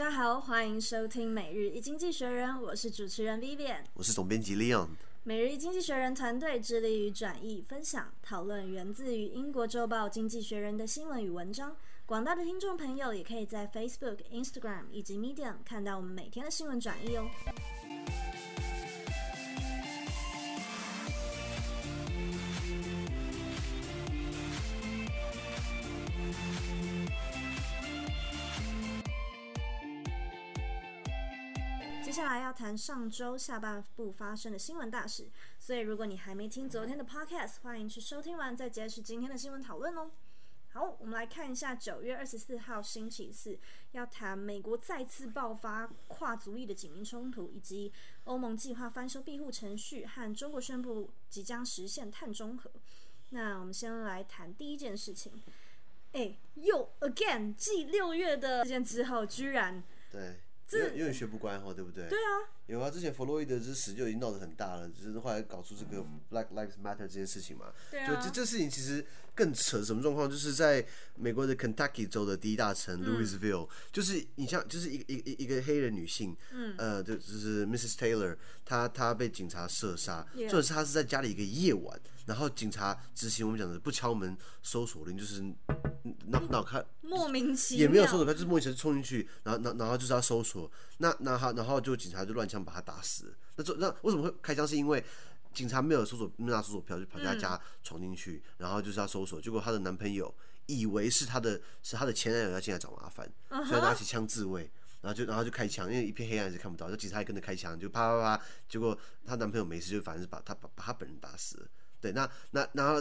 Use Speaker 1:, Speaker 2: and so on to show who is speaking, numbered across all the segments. Speaker 1: 大家好，欢迎收听《每日一经济学人》，我是主持人 Vivian。
Speaker 2: 我是总编辑 Leon。
Speaker 1: 每日一经济学人团队致力于转译、分享、讨论源自于英国周报《经济学人》的新闻与文章。广大的听众朋友也可以在 Facebook、Instagram 以及 Medium 看到我们每天的新闻转译哦。接下来要谈上周下半部发生的新闻大事，所以如果你还没听昨天的 podcast，欢迎去收听完再截取今天的新闻讨论哦。好，我们来看一下九月二十四号星期四要谈美国再次爆发跨族裔的紧邻冲突，以及欧盟计划翻修庇护程序和中国宣布即将实现碳中和。那我们先来谈第一件事情，哎，又 again，继六月的事件之后，居然
Speaker 2: 对，
Speaker 1: 这
Speaker 2: 有有点学不乖哈，对不对？
Speaker 1: 对啊，
Speaker 2: 有啊，之前弗洛伊德之死就已经闹得很大了，就是后来搞出这个 Black Lives Matter 这件事情嘛。
Speaker 1: 对
Speaker 2: 就
Speaker 1: 啊
Speaker 2: 这，这事情其实更扯，什么状况？就是在美国的 Kentucky 州的第一大
Speaker 1: 嗯
Speaker 2: 城 Louisville，、就是你像就是一个一个一个黑人女性，嗯，呃，就就是 Mrs. Taylor，她她被警察射杀，
Speaker 1: Yeah
Speaker 2: 重点是她是在家里一个夜晚，然后警察执行我们讲的不敲门搜索令，就是
Speaker 1: 嗯
Speaker 2: 闹闹开。
Speaker 1: 莫名其妙
Speaker 2: 也没有搜索，他就是莫名其妙冲进去，然后然后然后就是要搜索，那那他然后就警察就乱枪把他打死了。那这那为什么会开枪？是因为警察没有搜索，没有拿搜索票就跑去他家闯进去，然后就是要搜索，结果她的男朋友以为是她的是她的前男友要进来找麻烦，
Speaker 1: 啊
Speaker 2: 所以拿起枪自卫。然后就，然后就开枪，因为一片黑暗是看不到，就警察也跟着开枪，就啪啪啪啪，结果她男朋友没事，就反正是把她把把她本人打死了。对，那那然后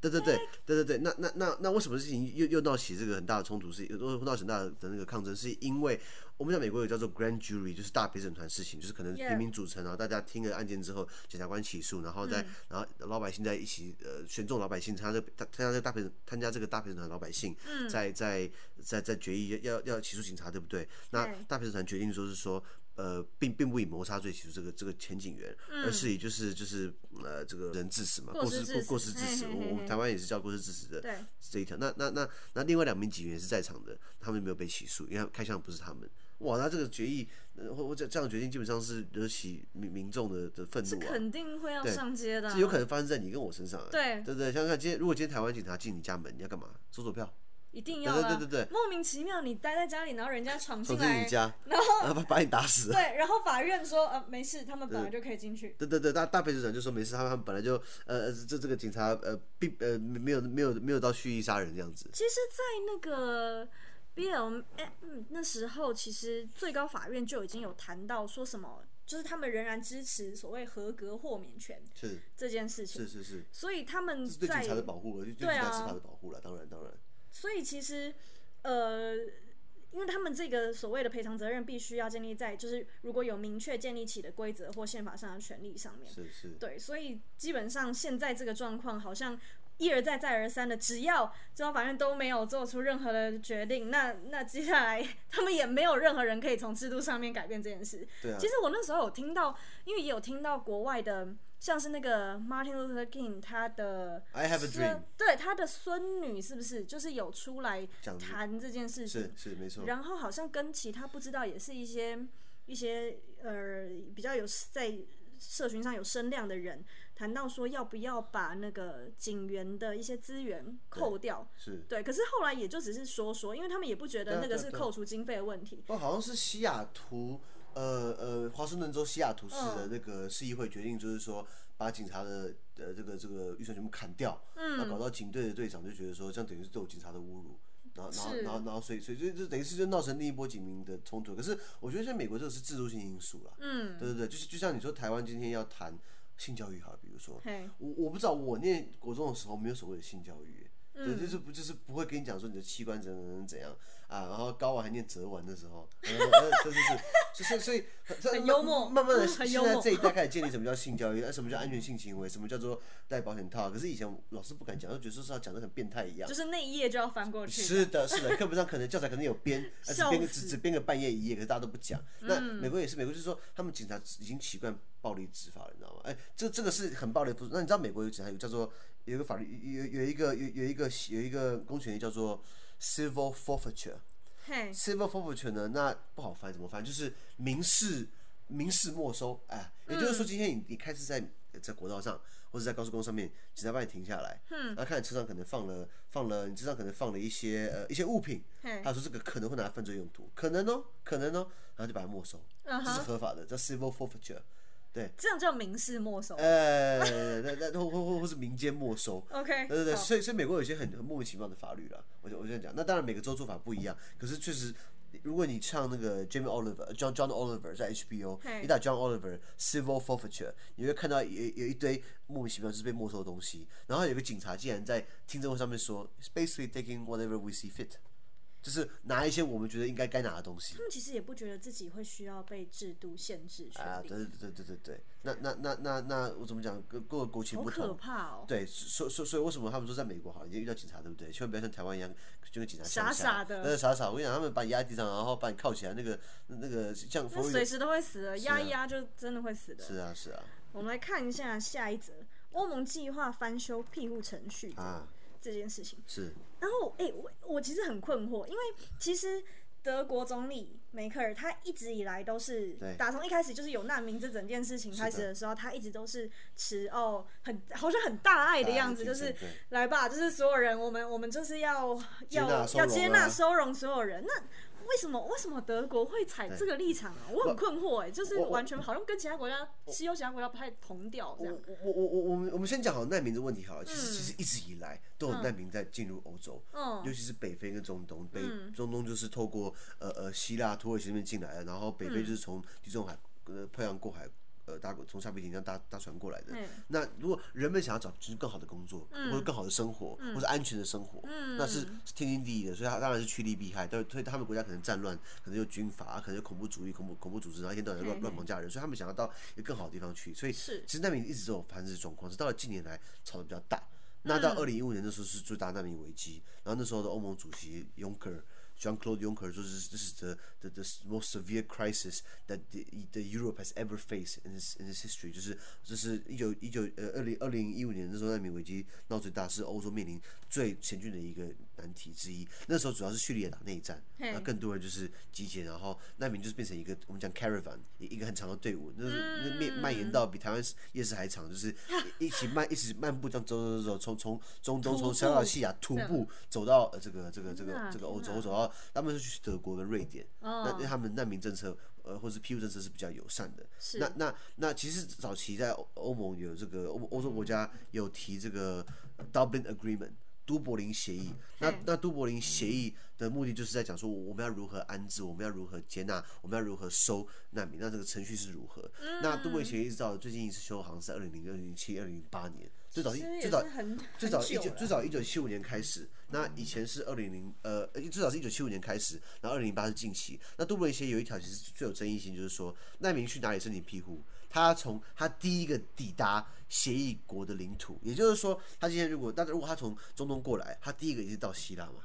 Speaker 2: 对对对对对对，那那那那为什么事情又又闹起这个很大的冲突是，又又闹起很大的那个抗争，是因为我们在美国有叫做 grand jury，就是大陪审团事情，就是可能
Speaker 1: Yeah
Speaker 2: 平民组成，然后大家听了案件之后，检察官起诉，然后
Speaker 1: 嗯
Speaker 2: 再、然后老百姓在一起呃选中老百姓参加这个参加这个大陪审参加这个大陪审团的老百姓，
Speaker 1: 嗯
Speaker 2: 在在在在决议要要起诉警察，对不对？那
Speaker 1: 对
Speaker 2: 大陪审团决定说是说。呃，并并不以谋杀罪起诉这个这个前警员，
Speaker 1: 嗯
Speaker 2: 而是以就是就是呃这个人致死嘛，
Speaker 1: 过
Speaker 2: 过
Speaker 1: 失
Speaker 2: 失
Speaker 1: 致
Speaker 2: 过
Speaker 1: 死
Speaker 2: 过失致
Speaker 1: 嘿
Speaker 2: 死，
Speaker 1: 嘿
Speaker 2: 我
Speaker 1: 嘿
Speaker 2: 我们
Speaker 1: 嘿
Speaker 2: 台湾也是叫过失致死的，
Speaker 1: 嗯对，
Speaker 2: 这一条。那那那那另外两名警员是在场的，他们没有被起诉，因为他们开枪不是他们。哇，那这个决议，呃或或者这样的决定，基本上是惹起民民众的的愤
Speaker 1: 这
Speaker 2: 怒啊，
Speaker 1: 肯定会要
Speaker 2: 对
Speaker 1: 上街的啊、
Speaker 2: 这有可能发生在你跟我身上啊。
Speaker 1: 对
Speaker 2: 对不对，想想看，今天如果今天台湾警察进你家门，你要干嘛？搜索票，
Speaker 1: 一定
Speaker 2: 对
Speaker 1: 要
Speaker 2: 对
Speaker 1: 啊
Speaker 2: 对对对，
Speaker 1: 莫名其妙你待在家里，然后人家闯
Speaker 2: 走
Speaker 1: 进
Speaker 2: 进
Speaker 1: 来
Speaker 2: 你，家，
Speaker 1: 然后
Speaker 2: 然后把把你打死。啊
Speaker 1: 对，然后法院说呃没事，他们本来就可以进去，
Speaker 2: 对对对，大大陪审团就说没事，他们他们本来就呃呃这这个警察呃并呃没有没有没有到蓄意杀人这样子。
Speaker 1: 其实，在那个 BL 哎嗯那时候，其实最高法院就已经有谈到说什么，就是他们仍然支持所谓合格豁免权
Speaker 2: 是
Speaker 1: 这件事情，
Speaker 2: 是是是，
Speaker 1: 所以他们
Speaker 2: 这是对
Speaker 1: 在
Speaker 2: 警察的保护了，就对
Speaker 1: 对
Speaker 2: 警察
Speaker 1: 啊
Speaker 2: 执法的保护了，当然当然。
Speaker 1: 所以其实，呃，因为他们这个所谓的赔偿责任，必须要建立在就是如果有明确建立起的规则或宪法上的权利上面。
Speaker 2: 是是，
Speaker 1: 对，所以基本上现在这个状况，好像一而再再而三的，只要最高法院都没有做出任何的决定，那那接下来 他们也没有任何人可以从制度上面改变这件事。
Speaker 2: 对啊
Speaker 1: 其，实我那时候有听到，因为也有听到国外的，像是那个 Martin Luther King 他的
Speaker 2: I have a
Speaker 1: 孙
Speaker 2: dream
Speaker 1: 对他的孙女是不是就是有出来
Speaker 2: 讲的
Speaker 1: 谈这件事情
Speaker 2: 是？是没错，
Speaker 1: 然后好像跟其他不知道也是一些一些呃比较有在社群上有声量的人谈到说要不要把那个警员的一些资源扣掉。
Speaker 2: 是。
Speaker 1: 对，可是后来也就只是说说，因为他们也不觉
Speaker 2: 对
Speaker 1: 得
Speaker 2: 啊
Speaker 1: 那个
Speaker 2: 对啊
Speaker 1: 是
Speaker 2: 对啊
Speaker 1: 扣除经费的问题。
Speaker 2: 哦，好像是西雅图，呃呃，华盛顿州西雅图市的那个市议会决定，就是说把警察的呃这个这个预算全部砍掉，嗯，搞到警队的队长就觉得说这样等于是对我警察的侮辱。然后，然后，
Speaker 1: 是
Speaker 2: 然后，然后，所以，所以，所以，就等于是就闹成另一波警民的冲突。可是，我觉得在美国这个是制度性因素啦。嗯，对对对，就是就像你说，台湾今天要谈性教育好了，比如说，
Speaker 1: 嘿，
Speaker 2: 我我不知道，我念国中的时候没有所谓的性教育，对，就是
Speaker 1: 嗯
Speaker 2: 不就是不会跟你讲说你的器官怎样怎样怎样啊，然后高玩还念哲玩的时候，呃呃对对对，所以所以所以
Speaker 1: 很幽默嗯
Speaker 2: 慢慢的
Speaker 1: 很
Speaker 2: 现
Speaker 1: 幽默
Speaker 2: 在这一 代开始建立什么叫性教育，呃什么叫安全性行为，什么叫做戴保险套，可是以前老师不敢讲，就觉得说是要讲的很变态一样
Speaker 1: 就。是那一页就要翻过去。
Speaker 2: 是的，是的，课本上可能教材可能有 编，呃只
Speaker 1: 笑
Speaker 2: 编个
Speaker 1: 死嗯
Speaker 2: 只只编个半页一页，可是大家都不讲。那美国也是，美国就是说他们警察已经习惯暴力执法了，你知道吗？哎，这这个是很暴力的付出。那你知道美国有警察有叫做有一个法律有有有一个有有一个有一个公权力叫做 civil forfeiture。
Speaker 1: 嘿，
Speaker 2: civil forfeiture 呢，那不好翻，怎么翻？就是民事民事没收，哎，也就是说，今天你你开始在在国道上或者在高速公路上面，警察把你停下来，嗯，那看你车上可能放了放了，你车上可能放了一些呃一些物品，
Speaker 1: 嘿
Speaker 2: 他说这个可能会拿来犯罪用途，可能哦，可能哦，然后就把它没收，
Speaker 1: 嗯
Speaker 2: 这是
Speaker 1: 哼，
Speaker 2: 合法的，叫 civil forfeiture。
Speaker 1: 这样叫民事没收。
Speaker 2: 呃， 那那或或或或是民间没收，
Speaker 1: OK，
Speaker 2: 对对对，
Speaker 1: 哎好
Speaker 2: 所以所以美国有一些很很莫名其妙的法律啦，我就我这样讲。那当然每个州做法不一样，可是确实，如果你像那个 Jamie Oliver、呃 John John Oliver 在 HBO，
Speaker 1: 嘿
Speaker 2: 你打 John Oliver civil forfeiture，你会看到有有一堆莫名其妙就是被没收的东西，然后有个警察竟然在听证会上面说，It's basically taking whatever we see fit，就是拿一些我们觉得应该该拿的东西
Speaker 1: 他。们其实也不觉得自己会需要被制度限制权，
Speaker 2: 啊
Speaker 1: 利，
Speaker 2: 对对对对对对，那那那那那我怎么讲？各各国情
Speaker 1: 好
Speaker 2: 不同
Speaker 1: 可，怕哦。
Speaker 2: 对，所所所以为什么他们说在美国好，你就遇到警察，对不对？千万不要像台湾一样，就跟警察
Speaker 1: 傻
Speaker 2: 呛下
Speaker 1: 傻的
Speaker 2: 呃，傻傻。我跟你讲，他们把你压在地上，然后把你铐起来，那个那个像
Speaker 1: 那
Speaker 2: 佛
Speaker 1: 随
Speaker 2: 律，
Speaker 1: 时都会死的，压一压就真的会死的。
Speaker 2: 啊是啊是啊
Speaker 1: 我们来看一下下一则，欧盟计划翻修庇护程序
Speaker 2: 啊
Speaker 1: 这件事情。
Speaker 2: 是
Speaker 1: 然后，哎、我我其实很困惑，因为其实德国总理梅克尔他一直以来都是
Speaker 2: 对，
Speaker 1: 打从一开始就是有难民这整件事情开始的时候，他一直都是持哦很好像很大爱的样子，
Speaker 2: 大
Speaker 1: 就
Speaker 2: 爱精神
Speaker 1: 是
Speaker 2: 对
Speaker 1: 来吧，就是所有人，我们我们就是要
Speaker 2: 接纳
Speaker 1: 要
Speaker 2: 收容
Speaker 1: 要
Speaker 2: 啊
Speaker 1: 接纳收容所有人。那为什么为什么德国会采这个立场啊？我很困惑哎、就是
Speaker 2: 我我
Speaker 1: 完全好像跟其他国家西欧其他国家不太同调这
Speaker 2: 我
Speaker 1: 样。
Speaker 2: 我我我我们我们先讲好难民的问题好了。其实其实一直以来都有难民在进入欧洲，
Speaker 1: 嗯
Speaker 2: 尤其是北非跟中东。北中东就是透过呃呃希腊、土耳其那边进来的，然后北
Speaker 1: 嗯
Speaker 2: 非就是从地中海呃漂洋过海呃大从夏威夷这样搭搭船过来的
Speaker 1: 嗯。
Speaker 2: 那如果人们想要找就是更好的工作，或者更好的生活，或者安全的生活，
Speaker 1: 嗯
Speaker 2: 那是是天经地义的。所以他当然是趋利避害，但是所以他们国家可能战乱，可能有军阀，可能有恐怖主义、恐怖恐怖组织，然后一天到晚乱
Speaker 1: 嘿
Speaker 2: 乱绑架人，所以他们想要到一个更好的地方去。所以
Speaker 1: 是
Speaker 2: 其实难民一直都有繁殖状况，是到了近年来吵得比较大。那到二零一五年的时候是最大难民危机，然后那时候的欧盟主席 Juncker。Jean Claude Juncker 说：“这是这是 the the the most severe crisis that the the Europe has ever faced in its in its history。”就是这是一九一九呃二零二零一五年那时候难民危机闹最大，是欧洲面临最严峻的一个难题之一。那时候主要是叙利亚打内战，
Speaker 1: 嘿
Speaker 2: 那更多人就是集结，然后难民就是变成一个我们讲 caravan 一一个很长的队伍，那是那面
Speaker 1: 嗯
Speaker 2: 蔓延到比台湾夜市还长，就是一一起漫一起漫步这样走走走走，从从中东
Speaker 1: 徒
Speaker 2: 从
Speaker 1: 步
Speaker 2: 小小西亚徒
Speaker 1: 这样
Speaker 2: 步走到呃这个这个这
Speaker 1: 天
Speaker 2: 个
Speaker 1: 哪
Speaker 2: 这个
Speaker 1: 天
Speaker 2: 欧洲，
Speaker 1: 哪
Speaker 2: 走到他们是去德国跟瑞典，那
Speaker 1: 啊嗯
Speaker 2: 因为他们难民政策呃或是庇护政策是比较友善的。
Speaker 1: 是
Speaker 2: 那那那其实早期在欧欧盟有这个欧欧洲国家有提这个 Dublin Agreement。都柏林协议，那
Speaker 1: 嘿
Speaker 2: 那都柏林协议的目的就是在讲说，我们要如何安置，我们要如何接纳，我们要如何收难民，那这个程序是如何？
Speaker 1: 嗯
Speaker 2: 那都柏林协议一直到最近一次修，好像是二零零二零七、二零零八年，最早
Speaker 1: 其
Speaker 2: 一
Speaker 1: 实也
Speaker 2: 最
Speaker 1: 是
Speaker 2: 早
Speaker 1: 很
Speaker 2: 最早
Speaker 1: 很
Speaker 2: 一
Speaker 1: 久
Speaker 2: 九
Speaker 1: 了
Speaker 2: 最早一九七五年开始，那以前是二零零呃，最早是一九七五年开始，然后二零零八是近期。那杜伦一些有一条其实最有争议性，就是说难民去哪里申请庇护，他从他第一个抵达协议国的领土，也就是说，他今天如果但如果他从中东过来，他第一个一定是到希腊嘛？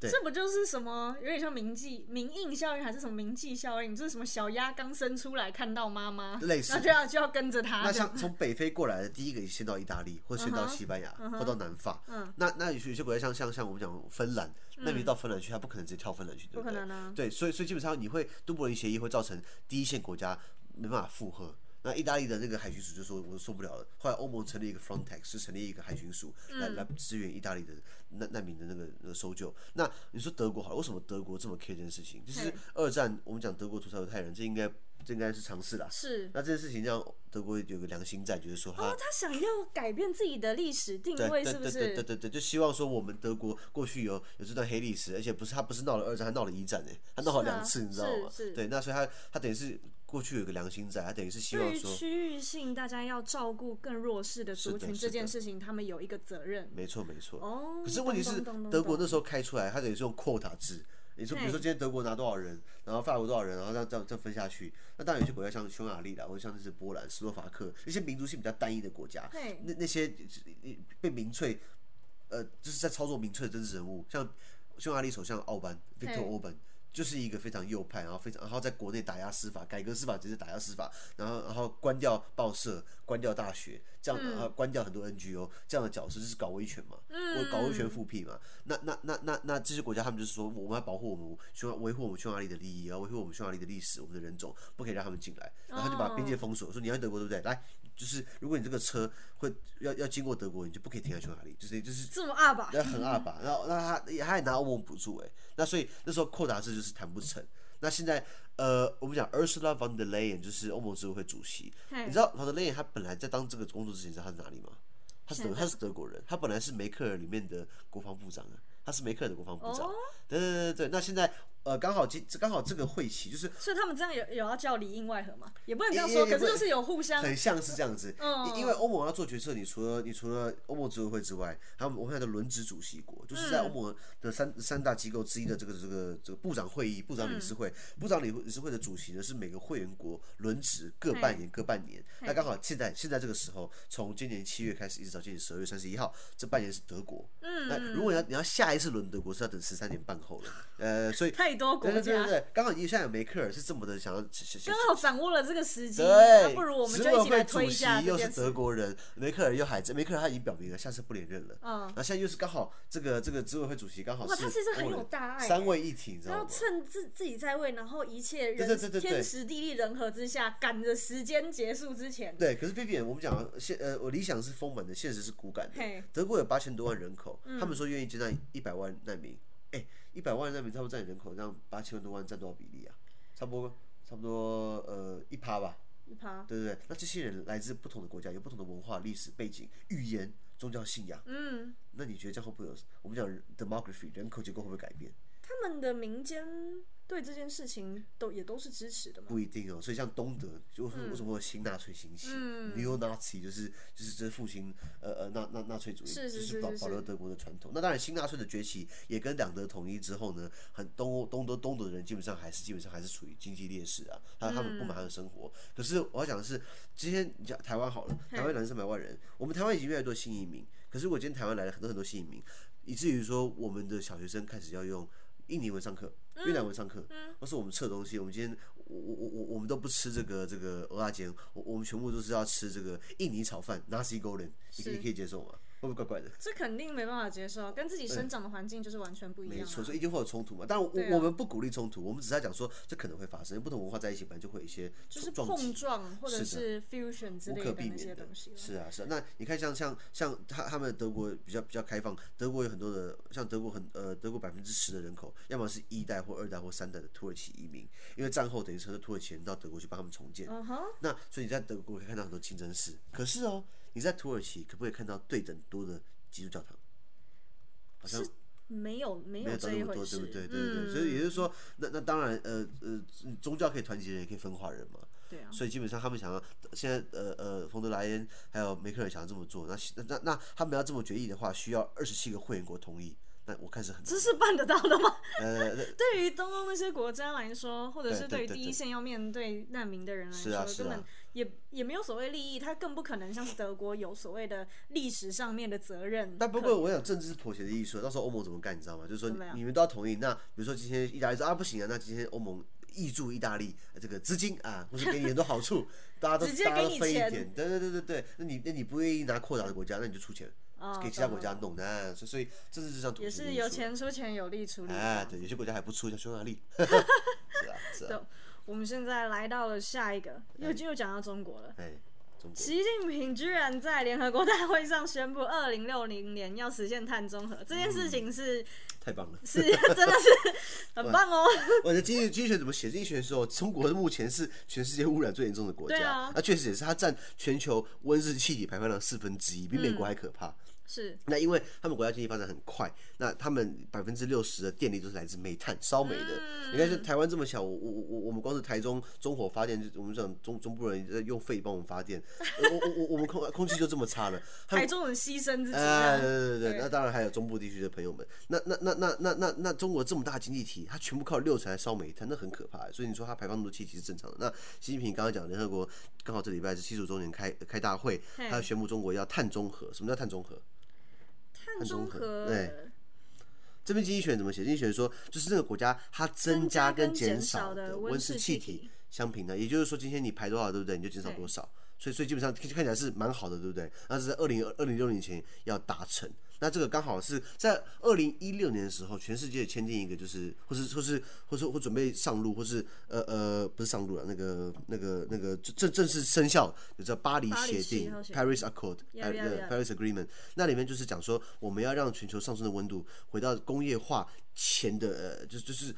Speaker 2: 对
Speaker 1: 这不就是什么有点像铭记铭印效应还是什么铭记效应？就是什么小鸭刚生出来看到妈妈，
Speaker 2: 类似
Speaker 1: 然后就要就要跟着它
Speaker 2: 那
Speaker 1: 这样。
Speaker 2: 像从北非过来的，第一个先到意大利，或先
Speaker 1: 嗯
Speaker 2: 到
Speaker 1: 哼嗯
Speaker 2: 西班牙，或到南法。那那有些有些国家像像像我们讲芬兰，那你到芬兰去，他不可能直接跳芬兰去，对
Speaker 1: 不可
Speaker 2: 对？
Speaker 1: 能啊
Speaker 2: 对，所以所以基本上你会都柏林协议会造成第一线国家没办法负荷。那意大利的那个海巡署就说我受不了了，后来欧盟成立一个 Frontex，就成立一个海巡署来、来支援意大利的难难民的那个那个搜救。那你说德国好了，为什么德国这么 care 这件事情？就是
Speaker 1: 嘿
Speaker 2: 二战我们讲德国屠杀犹太人，这应该这应该是常事啦。
Speaker 1: 是
Speaker 2: 那这件事情让德国有个良心在，就是说他
Speaker 1: 哦，他想要改变自己的历史定
Speaker 2: 对
Speaker 1: 位，
Speaker 2: 对
Speaker 1: 是不
Speaker 2: 对对对
Speaker 1: 是？
Speaker 2: 对对，就希望说我们德国过去有有这段黑历史，而且不是他不是闹了二战，他闹了一战哎，他闹了
Speaker 1: 是啊
Speaker 2: 两次，你知道吗
Speaker 1: 是是？
Speaker 2: 对，那所以他他等于是过去有个良心在，他等于是希
Speaker 1: 对
Speaker 2: 望
Speaker 1: 于
Speaker 2: 说，
Speaker 1: 区域性，大家要照顾更弱势的族
Speaker 2: 是的
Speaker 1: 群
Speaker 2: 是的
Speaker 1: 这件事情，他们有一个责任。
Speaker 2: 没错没错。
Speaker 1: 哦，
Speaker 2: 可是问题
Speaker 1: 懂
Speaker 2: 是
Speaker 1: 懂懂懂，
Speaker 2: 德国那
Speaker 1: 懂
Speaker 2: 时候开出来，他等于是用 quota 制。你说，比如说
Speaker 1: 对
Speaker 2: 今天德国拿多少人，然后法国多少人，然后这样这样这样分下去。那当然有些国家像匈牙利啦，或者像是波兰、斯洛伐克一些民族性比较单一的国家，
Speaker 1: 对
Speaker 2: 那那些被民粹，呃，就是在操作民粹的政治人物，像匈牙利首相奥班 （Victor
Speaker 1: 对
Speaker 2: Orban）。就是一个非常右派，然后非常然后在国内打压司法，改革司法只是打压司法，然后然后关掉报社，关掉大学，这样然后关掉很多 NGO 这样的角色，就是搞威权嘛，我搞威
Speaker 1: 嗯
Speaker 2: 权复辟嘛。那那那那那这些国家他们就是说，我们要保护我们匈牙维护我们匈牙利的利益，啊要维护我们匈牙利的历史，我们的人种不可以让他们进来，然后就把边界封锁，说你要德国对不对？来，就是如果你这个车会要要经过德国，你就不可以停在匈牙利，就是就是
Speaker 1: 这么啊二吧？
Speaker 2: 那很二吧，然后那他他还拿欧盟补助哎、那所以那时候扩达制就是谈不成。那现在呃，我们讲 Ursula von der Leyen 就是欧盟执委会主席，
Speaker 1: 嘿
Speaker 2: 你知道 von der Leyen 她本来在当这个工作之前，你知道她是哪里吗？她是德
Speaker 1: 现在
Speaker 2: 她是德国人，她本来是梅克尔里面的国防部长啊，她是梅克尔的国
Speaker 1: 哦
Speaker 2: 防部长。对对对对对，那现在呃刚好今刚好这个会期就是
Speaker 1: 所以他们这样有有要叫里应外合吗？也不能这样
Speaker 2: 也
Speaker 1: 说，
Speaker 2: 也
Speaker 1: 可是
Speaker 2: 不
Speaker 1: 就是有互相
Speaker 2: 很像是这样子，
Speaker 1: 嗯
Speaker 2: 因因为欧盟要做决策，你除了你除了欧盟执委会之外，还有我们现在的轮值主席国，就是在欧盟的三三大机构之一的这个这个这个部长会议、部长理事会、部长理理事会的主席呢是每个会员国轮值各半年各半年。那刚好现在现在这个时候，从今年七月开始一直到今年十二月三十一号，这半年是德国。嗯，那如果你要你要下一次轮德国是要等十三年半后了，呃，所以。
Speaker 1: 太多国
Speaker 2: 对对对对
Speaker 1: 家，
Speaker 2: 对，刚好你现在有梅克尔是这么的想要想想
Speaker 1: 刚好掌握了这个时机，那
Speaker 2: 对，
Speaker 1: 不如我们
Speaker 2: 执
Speaker 1: 就一
Speaker 2: 委
Speaker 1: 起来
Speaker 2: 会
Speaker 1: 推
Speaker 2: 主
Speaker 1: 一
Speaker 2: 席
Speaker 1: 下这
Speaker 2: 又是
Speaker 1: 件事。
Speaker 2: 德国人，梅克尔又还在，梅克尔他已经表明了下次不连任了。
Speaker 1: 嗯
Speaker 2: 然后现在又是刚好这个这个执委会主席刚好
Speaker 1: 哇他其实很
Speaker 2: 欧盟
Speaker 1: 有大爱
Speaker 2: 三位一体，你知
Speaker 1: 然
Speaker 2: 道
Speaker 1: 后
Speaker 2: 吗？
Speaker 1: 趁自自己在位，然后一切人
Speaker 2: 对对对对对
Speaker 1: 天时地利人和之下，赶着时间结束之前，
Speaker 2: 对，可是 B B，我们讲现呃，我理想是丰满的，现实是骨感
Speaker 1: 嘿嗯
Speaker 2: 的。德国有八千多万人口，他们说愿意接纳一百万难民，哎，一百万难民差不多占人口，让八千多万占多少比例啊？差不多差不多呃一趴吧。
Speaker 1: 一趴，
Speaker 2: 对对对，那这些人来自不同的国家，有不同的文化、历史背景、语言、宗教信仰。
Speaker 1: 嗯，
Speaker 2: 那你觉得这样会不会有？我们讲 demography 人口结构会不会改变？
Speaker 1: 他们的民间对这件事情都也都是支持的嘛。
Speaker 2: 不一定哦。所以像东德，就是
Speaker 1: 嗯
Speaker 2: 为什么会有新纳粹兴起、n e o Nazi 就是就是这复兴呃呃纳纳纳粹主义，
Speaker 1: 是是
Speaker 2: 就是保
Speaker 1: 是
Speaker 2: 保留德国的传统。那当然，新纳粹的崛起也跟两德统一之后呢，很东欧东德东德人基本上还是基本上还是处于经济劣势啊，他他们不满他的生活。可是我要讲的是，今天你讲台湾好了，台湾两三百万人，我们台湾已经越来越多新移民。可是我今天台湾来了很多很多新移民，以至于说我们的小学生开始要用印尼文上课、
Speaker 1: 嗯
Speaker 2: 越南文上课，或是我们吃的东西，我们今天我我我我我们都不吃这个这个蚵仔煎，我我们全部都是要吃这个印尼炒饭 nasi goreng，你你可以接受吗？会不会怪怪的？
Speaker 1: 这肯定没办法接受，跟自己生长的环境就是完全不一样、啊。
Speaker 2: 没错，所以一定会有冲突嘛。但我、
Speaker 1: 对啊
Speaker 2: 我们不鼓励冲突，我们只是在讲说这可能会发生，不同文化在一起本来就会有一些
Speaker 1: 就是
Speaker 2: 撞击
Speaker 1: 碰撞或者
Speaker 2: 是
Speaker 1: 是 fusion 之
Speaker 2: 无
Speaker 1: 类
Speaker 2: 可
Speaker 1: 的
Speaker 2: 避
Speaker 1: 那些
Speaker 2: 免的
Speaker 1: 东西。。
Speaker 2: 是啊，是啊。那你看像，像像他他们德国比较比较开放，德国有很多的，像德国很呃，德国百分之十的人口，要么是一代或二代或三代的土耳其移民，因为战后等于是很多土耳其人到德国去帮他们重建。
Speaker 1: 嗯哼，
Speaker 2: 那所以你在德国可以看到很多清真寺，可是哦，你在土耳其可不可以看到对等多的基督教堂？好像
Speaker 1: 没有没有
Speaker 2: 没有到
Speaker 1: 这
Speaker 2: 那
Speaker 1: 一
Speaker 2: 么
Speaker 1: 回
Speaker 2: 多，对
Speaker 1: 事，
Speaker 2: 不对？对对对，
Speaker 1: 嗯
Speaker 2: 所以也就是说，那那当然，呃呃，宗教可以团结人，也可以分化人嘛。
Speaker 1: 对啊，
Speaker 2: 所以基本上他们想要现在呃呃，冯德莱恩还有梅克尔想要这么做，那那那那他们要这么决议的话，需要二十七个会员国同意。那我看是很难
Speaker 1: 这是办得到的吗？
Speaker 2: 呃，那
Speaker 1: 对于东欧那些国家来说，或者是
Speaker 2: 对
Speaker 1: 对
Speaker 2: 对
Speaker 1: 于
Speaker 2: 对
Speaker 1: 第一线要面对难民的人来
Speaker 2: 是
Speaker 1: 说，
Speaker 2: 啊是
Speaker 1: 根
Speaker 2: 啊
Speaker 1: 本也也没有所谓利益，他更不可能像是德国有所谓的历史上面的责任。
Speaker 2: 但不过我想政治是妥协的艺术，到时候欧盟怎么干你知道吗？就是说
Speaker 1: 怎么样
Speaker 2: 你们都要同意。那比如说今天意大利说啊不行啊，那今天欧盟。挹注意大利呃这个资金啊，或是给你很多好处， 大家都
Speaker 1: 直接
Speaker 2: 大家
Speaker 1: 给
Speaker 2: 都
Speaker 1: 你
Speaker 2: 分一
Speaker 1: 钱
Speaker 2: 点，对对对对对。那你那你不愿意拿扩大的国家，那你就出钱、
Speaker 1: 哦
Speaker 2: 给其他
Speaker 1: 懂
Speaker 2: 国
Speaker 1: 了
Speaker 2: 家弄，那、所以所以政治是这样妥
Speaker 1: 也
Speaker 2: 协的
Speaker 1: 是
Speaker 2: 艺
Speaker 1: 有
Speaker 2: 术
Speaker 1: 钱出钱，有力出力。
Speaker 2: 哎，对，有些国家还不出，像匈牙 利。 是啊，是啊，
Speaker 1: 懂我们现在来到了下一个，又又讲到中国了。
Speaker 2: 哎，中国
Speaker 1: 习近平居然在联合国大会上宣布，二零六零年要实现碳中和，这件事情是、
Speaker 2: 太棒了！
Speaker 1: 是 真的是很棒哦。
Speaker 2: 我的经济经济学怎么写？经济学的时候，中国目前是全世界污染最严重的国
Speaker 1: 对
Speaker 2: 家
Speaker 1: 啊，
Speaker 2: 那确实也是，它占全球温室气体排放量四分之一，比美国还可怕。
Speaker 1: 是
Speaker 2: 那因为他们国家经济发展很快，那他们百分之六十的电力都是来自煤炭烧煤的。你看，像台湾这么小，我我我我们光是台中中火发电，就我们讲中中部人在用肺帮我们发电，我我我我们空空气就这么差了，他们
Speaker 1: 台中人牺牲自己
Speaker 2: 哎，
Speaker 1: 啊，
Speaker 2: 对对对，
Speaker 1: 对
Speaker 2: 那当然还有中部地区的朋友们，那那那那那那那中国这么大的经济体，它全部靠六成来烧煤炭，那很可怕。欸所以你说它排放那么多气体是正常的。那习近平刚刚讲，联合国刚好这礼拜是七十五周年开开大会，
Speaker 1: 嘿
Speaker 2: 他宣布中国要碳中和。什么叫碳中和？
Speaker 1: 碳中
Speaker 2: 中和
Speaker 1: 和
Speaker 2: 对这篇经济学怎么写？经济学说，就是这个国家它增加跟减少的温室气体相平的，也就是说，今天你排多少，对不对？你就减少多少。所以，所以基本上看看起来是蛮好的，对不对？那是在二零二零六年前要达成。那这个刚好是在二零一六年的时候，全世界签订一个，就是或是或是或是或准备上路，或是呃呃不是上路了，那个那个那个正正式生效，就叫巴黎
Speaker 1: 巴黎
Speaker 2: 协
Speaker 1: 气
Speaker 2: 定
Speaker 1: 候协定
Speaker 2: （Paris Accord）
Speaker 1: Yeah,
Speaker 2: 呃
Speaker 1: yeah,
Speaker 2: 呃
Speaker 1: yeah.
Speaker 2: Paris Agreement。那里面就是讲说，我们要让全球上升的温度回到工业化前的，呃，就是就是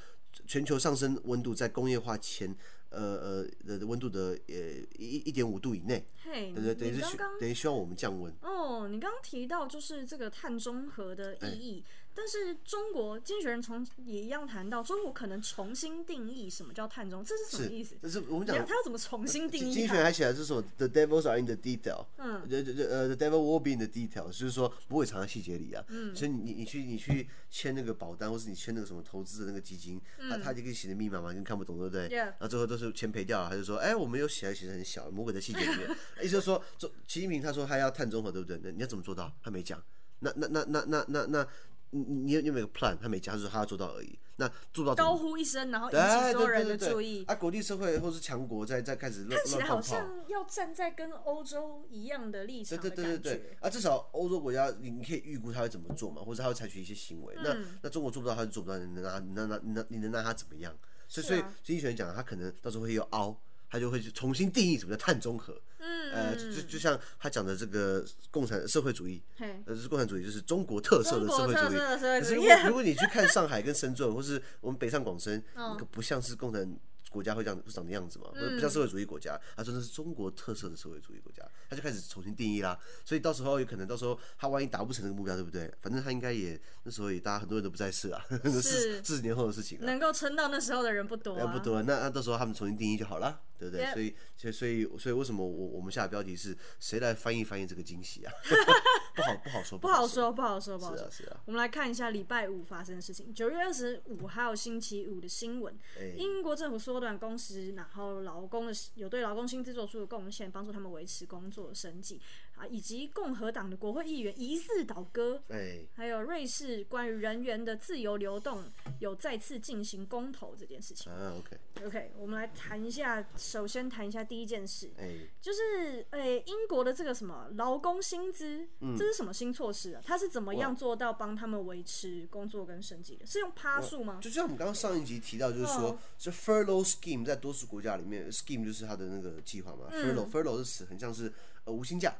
Speaker 2: 全球上升温度在工业化前。呃呃的温度的呃一一点五度以内，
Speaker 1: 嘿，
Speaker 2: 对对，等于
Speaker 1: 嗯你
Speaker 2: 是
Speaker 1: 刚
Speaker 2: 希
Speaker 1: 刚
Speaker 2: 等于希望我们降温。
Speaker 1: 哦，你刚刚提到就是这个碳中和的意义，
Speaker 2: 哎
Speaker 1: 但是中国经济学人从也一样谈到，中国可能重新定义什么叫碳中，这是什么意思？
Speaker 2: 这呃是我们
Speaker 1: 你要
Speaker 2: 讲
Speaker 1: 他要怎么重新定
Speaker 2: 经
Speaker 1: 义
Speaker 2: 济学
Speaker 1: 它？
Speaker 2: 还写的是什么？The devils are in the detail。
Speaker 1: 嗯，
Speaker 2: 呃呃，the devil will be in the detail，就是说魔鬼藏在细节里啊。嗯，所以你你你去你去签那个保单，或是你签那个什么投资的那个基金，他他就可以写的密密麻麻，你看不懂，对不对？
Speaker 1: 嗯 Yeah
Speaker 2: 然后最后都是钱赔掉了，他就说，哎，我们有写，写的很小，魔鬼在细节里面。 意思就是说，中习近平他说他要碳中和，对不对？那你要怎么做到？他没讲。那那那那那那那，你你你有你有没有 plan？他没讲，他说他要做到而已。那做到怎么
Speaker 1: 高呼一声，然后引
Speaker 2: 对
Speaker 1: 起
Speaker 2: 对
Speaker 1: 所有
Speaker 2: 对
Speaker 1: 人
Speaker 2: 对
Speaker 1: 的
Speaker 2: 对
Speaker 1: 注意。
Speaker 2: 啊！国际社会或是强国在在开始乱
Speaker 1: 看起
Speaker 2: 乱
Speaker 1: 来好
Speaker 2: 放炮。
Speaker 1: 像要站在跟欧洲一样的立
Speaker 2: 对
Speaker 1: 场的
Speaker 2: 对
Speaker 1: 感觉。
Speaker 2: 对对对，啊，至少欧洲国家你你可以预估他会怎么做嘛，或者他会采取一些行为。那
Speaker 1: 嗯
Speaker 2: 那中国做不到，他就做不到，你能拿你能拿你能你能拿他怎么样？所以
Speaker 1: 是
Speaker 2: 所以
Speaker 1: 啊
Speaker 2: 经济学人讲，他可能到时候会有凹，他就会去重新定义什么叫碳中和。
Speaker 1: 嗯，
Speaker 2: 呃，就就就像他讲的这个共产社会主义，
Speaker 1: 嘿，
Speaker 2: 呃，就是共产主义，就是中国特色的
Speaker 1: 中
Speaker 2: 社
Speaker 1: 国
Speaker 2: 会
Speaker 1: 特
Speaker 2: 主义
Speaker 1: 色。的社会
Speaker 2: 可是
Speaker 1: 主
Speaker 2: 如
Speaker 1: 义
Speaker 2: 果， 如果你去看上海跟深圳， 或是我们北上广深，
Speaker 1: 嗯
Speaker 2: 那个不像是共产国家会这样会长的样子嘛，不是不像社会主义国家，他说那是中国特色的社会主义国家，他就开始重新定义啦。所以到时候有可能，到时候他万一达不成这个目标，对不对？反正他应该也那时候也大家很多人都不在世啊， 那
Speaker 1: 是
Speaker 2: 是四十年后的事情了。
Speaker 1: 能够撑到那时候的人不多、
Speaker 2: 那
Speaker 1: 啊，
Speaker 2: 呃不多，那那到时候他们重新定义就好啦，对不对
Speaker 1: Yep
Speaker 2: 所以，所以，所以，所以为什么我我们下的标题是谁来翻译翻译这个惊喜啊？ 不好，不好说，
Speaker 1: 不好，说，不好说，不好
Speaker 2: 是
Speaker 1: 说
Speaker 2: 啊，。是啊，
Speaker 1: 我们来看一下礼拜五发生的事情。九月二十五号星期五的新闻，
Speaker 2: 哎
Speaker 1: 英国政府缩短工时，然后劳工的有对劳工薪资做出的贡献，帮助他们维持工作的生计啊，以及共和党的国会议员疑似倒戈，
Speaker 2: 哎，
Speaker 1: 还有瑞士关于人员的自由流动有再次进行公投这件事情。
Speaker 2: 啊，OK，
Speaker 1: OK，我们来谈一下，首先谈一下第一件事，
Speaker 2: 哎。
Speaker 1: 就是诶、英国的这个什么劳工薪资，
Speaker 2: 嗯
Speaker 1: 这是什么新措施啊？它是怎么样做到帮他们维持工作跟生计的？是用趴数吗？
Speaker 2: 就像我们刚刚上一集提到，就是说
Speaker 1: 嗯，
Speaker 2: 这 furlough scheme 在多数国家里面，scheme 就是它的那个计划嘛。furlough
Speaker 1: 嗯
Speaker 2: furlough 这词很像是呃无薪假，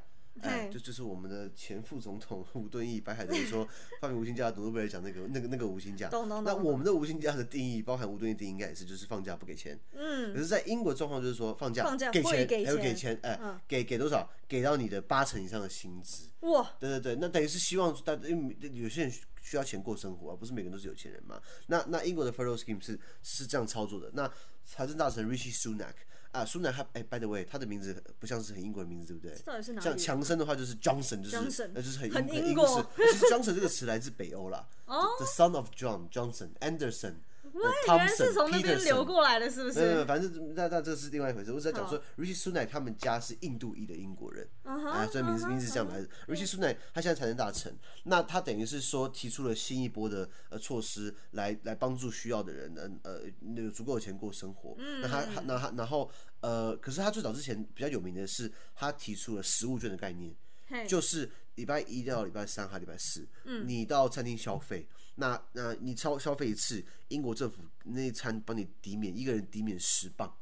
Speaker 2: 哎，
Speaker 1: 嘿
Speaker 2: 就就是我们的前副总统 吴敦义、白海豚 说发明无薪假，董诺贝尔奖那个那个那个无薪假。
Speaker 1: 懂懂懂
Speaker 2: 那
Speaker 1: 懂
Speaker 2: 我们的无薪假的定义，包含吴敦义定义应该也是就是放假不给钱。
Speaker 1: 嗯，
Speaker 2: 可是，在英国状况就是说，放假
Speaker 1: 放假
Speaker 2: 给
Speaker 1: 会
Speaker 2: 钱，
Speaker 1: 给
Speaker 2: 还有给
Speaker 1: 钱
Speaker 2: 钱，哎
Speaker 1: 嗯，
Speaker 2: 给给多少？给到你的八成以上的薪资。
Speaker 1: 哇，
Speaker 2: 对对对，那等于是希望大家，因为有些人需要钱过生活啊，不是每个人都是有钱人嘛。那那英国的 furlough scheme 是是这样操作的。那财政大臣 Rishi Sunak 啊，Sunak 他哎，by the way，他的名字不像是很英国的名字，对不对？
Speaker 1: 这到底是哪
Speaker 2: 像
Speaker 1: 里？
Speaker 2: 强生的话就是 Johnson，就是
Speaker 1: Johnson
Speaker 2: 那就是很
Speaker 1: 很
Speaker 2: 英
Speaker 1: 英
Speaker 2: 英
Speaker 1: 国
Speaker 2: 式。其实 Johnson 这个词来自北欧啦。
Speaker 1: 哦
Speaker 2: The son of John Johnson Anderson。
Speaker 1: 原来是从那边
Speaker 2: Peterson
Speaker 1: 流过来的，是不
Speaker 2: 呃没有没
Speaker 1: 是？
Speaker 2: 有，反正那那这个是另外一回事。我只在讲说，Rishi Sunak 他们家是印度裔的英国人，
Speaker 1: 嗯哼
Speaker 2: 啊，所以名
Speaker 1: 嗯
Speaker 2: 字
Speaker 1: 哼
Speaker 2: 名字是这样来的。Rishi Sunak 他现在财政大臣，那他等于是说提出了新一波的呃措施来来帮助需要的人，嗯呃那个足够的钱过生活。那他他那他然后呃，可是他最早之前比较有名的是他提出了食物券的概念。
Speaker 1: 嘿，
Speaker 2: 就是礼拜一到礼拜三还礼拜四，你到餐厅消费，那那你超消费一次，英国政府那一餐帮你抵免一个人抵免十磅。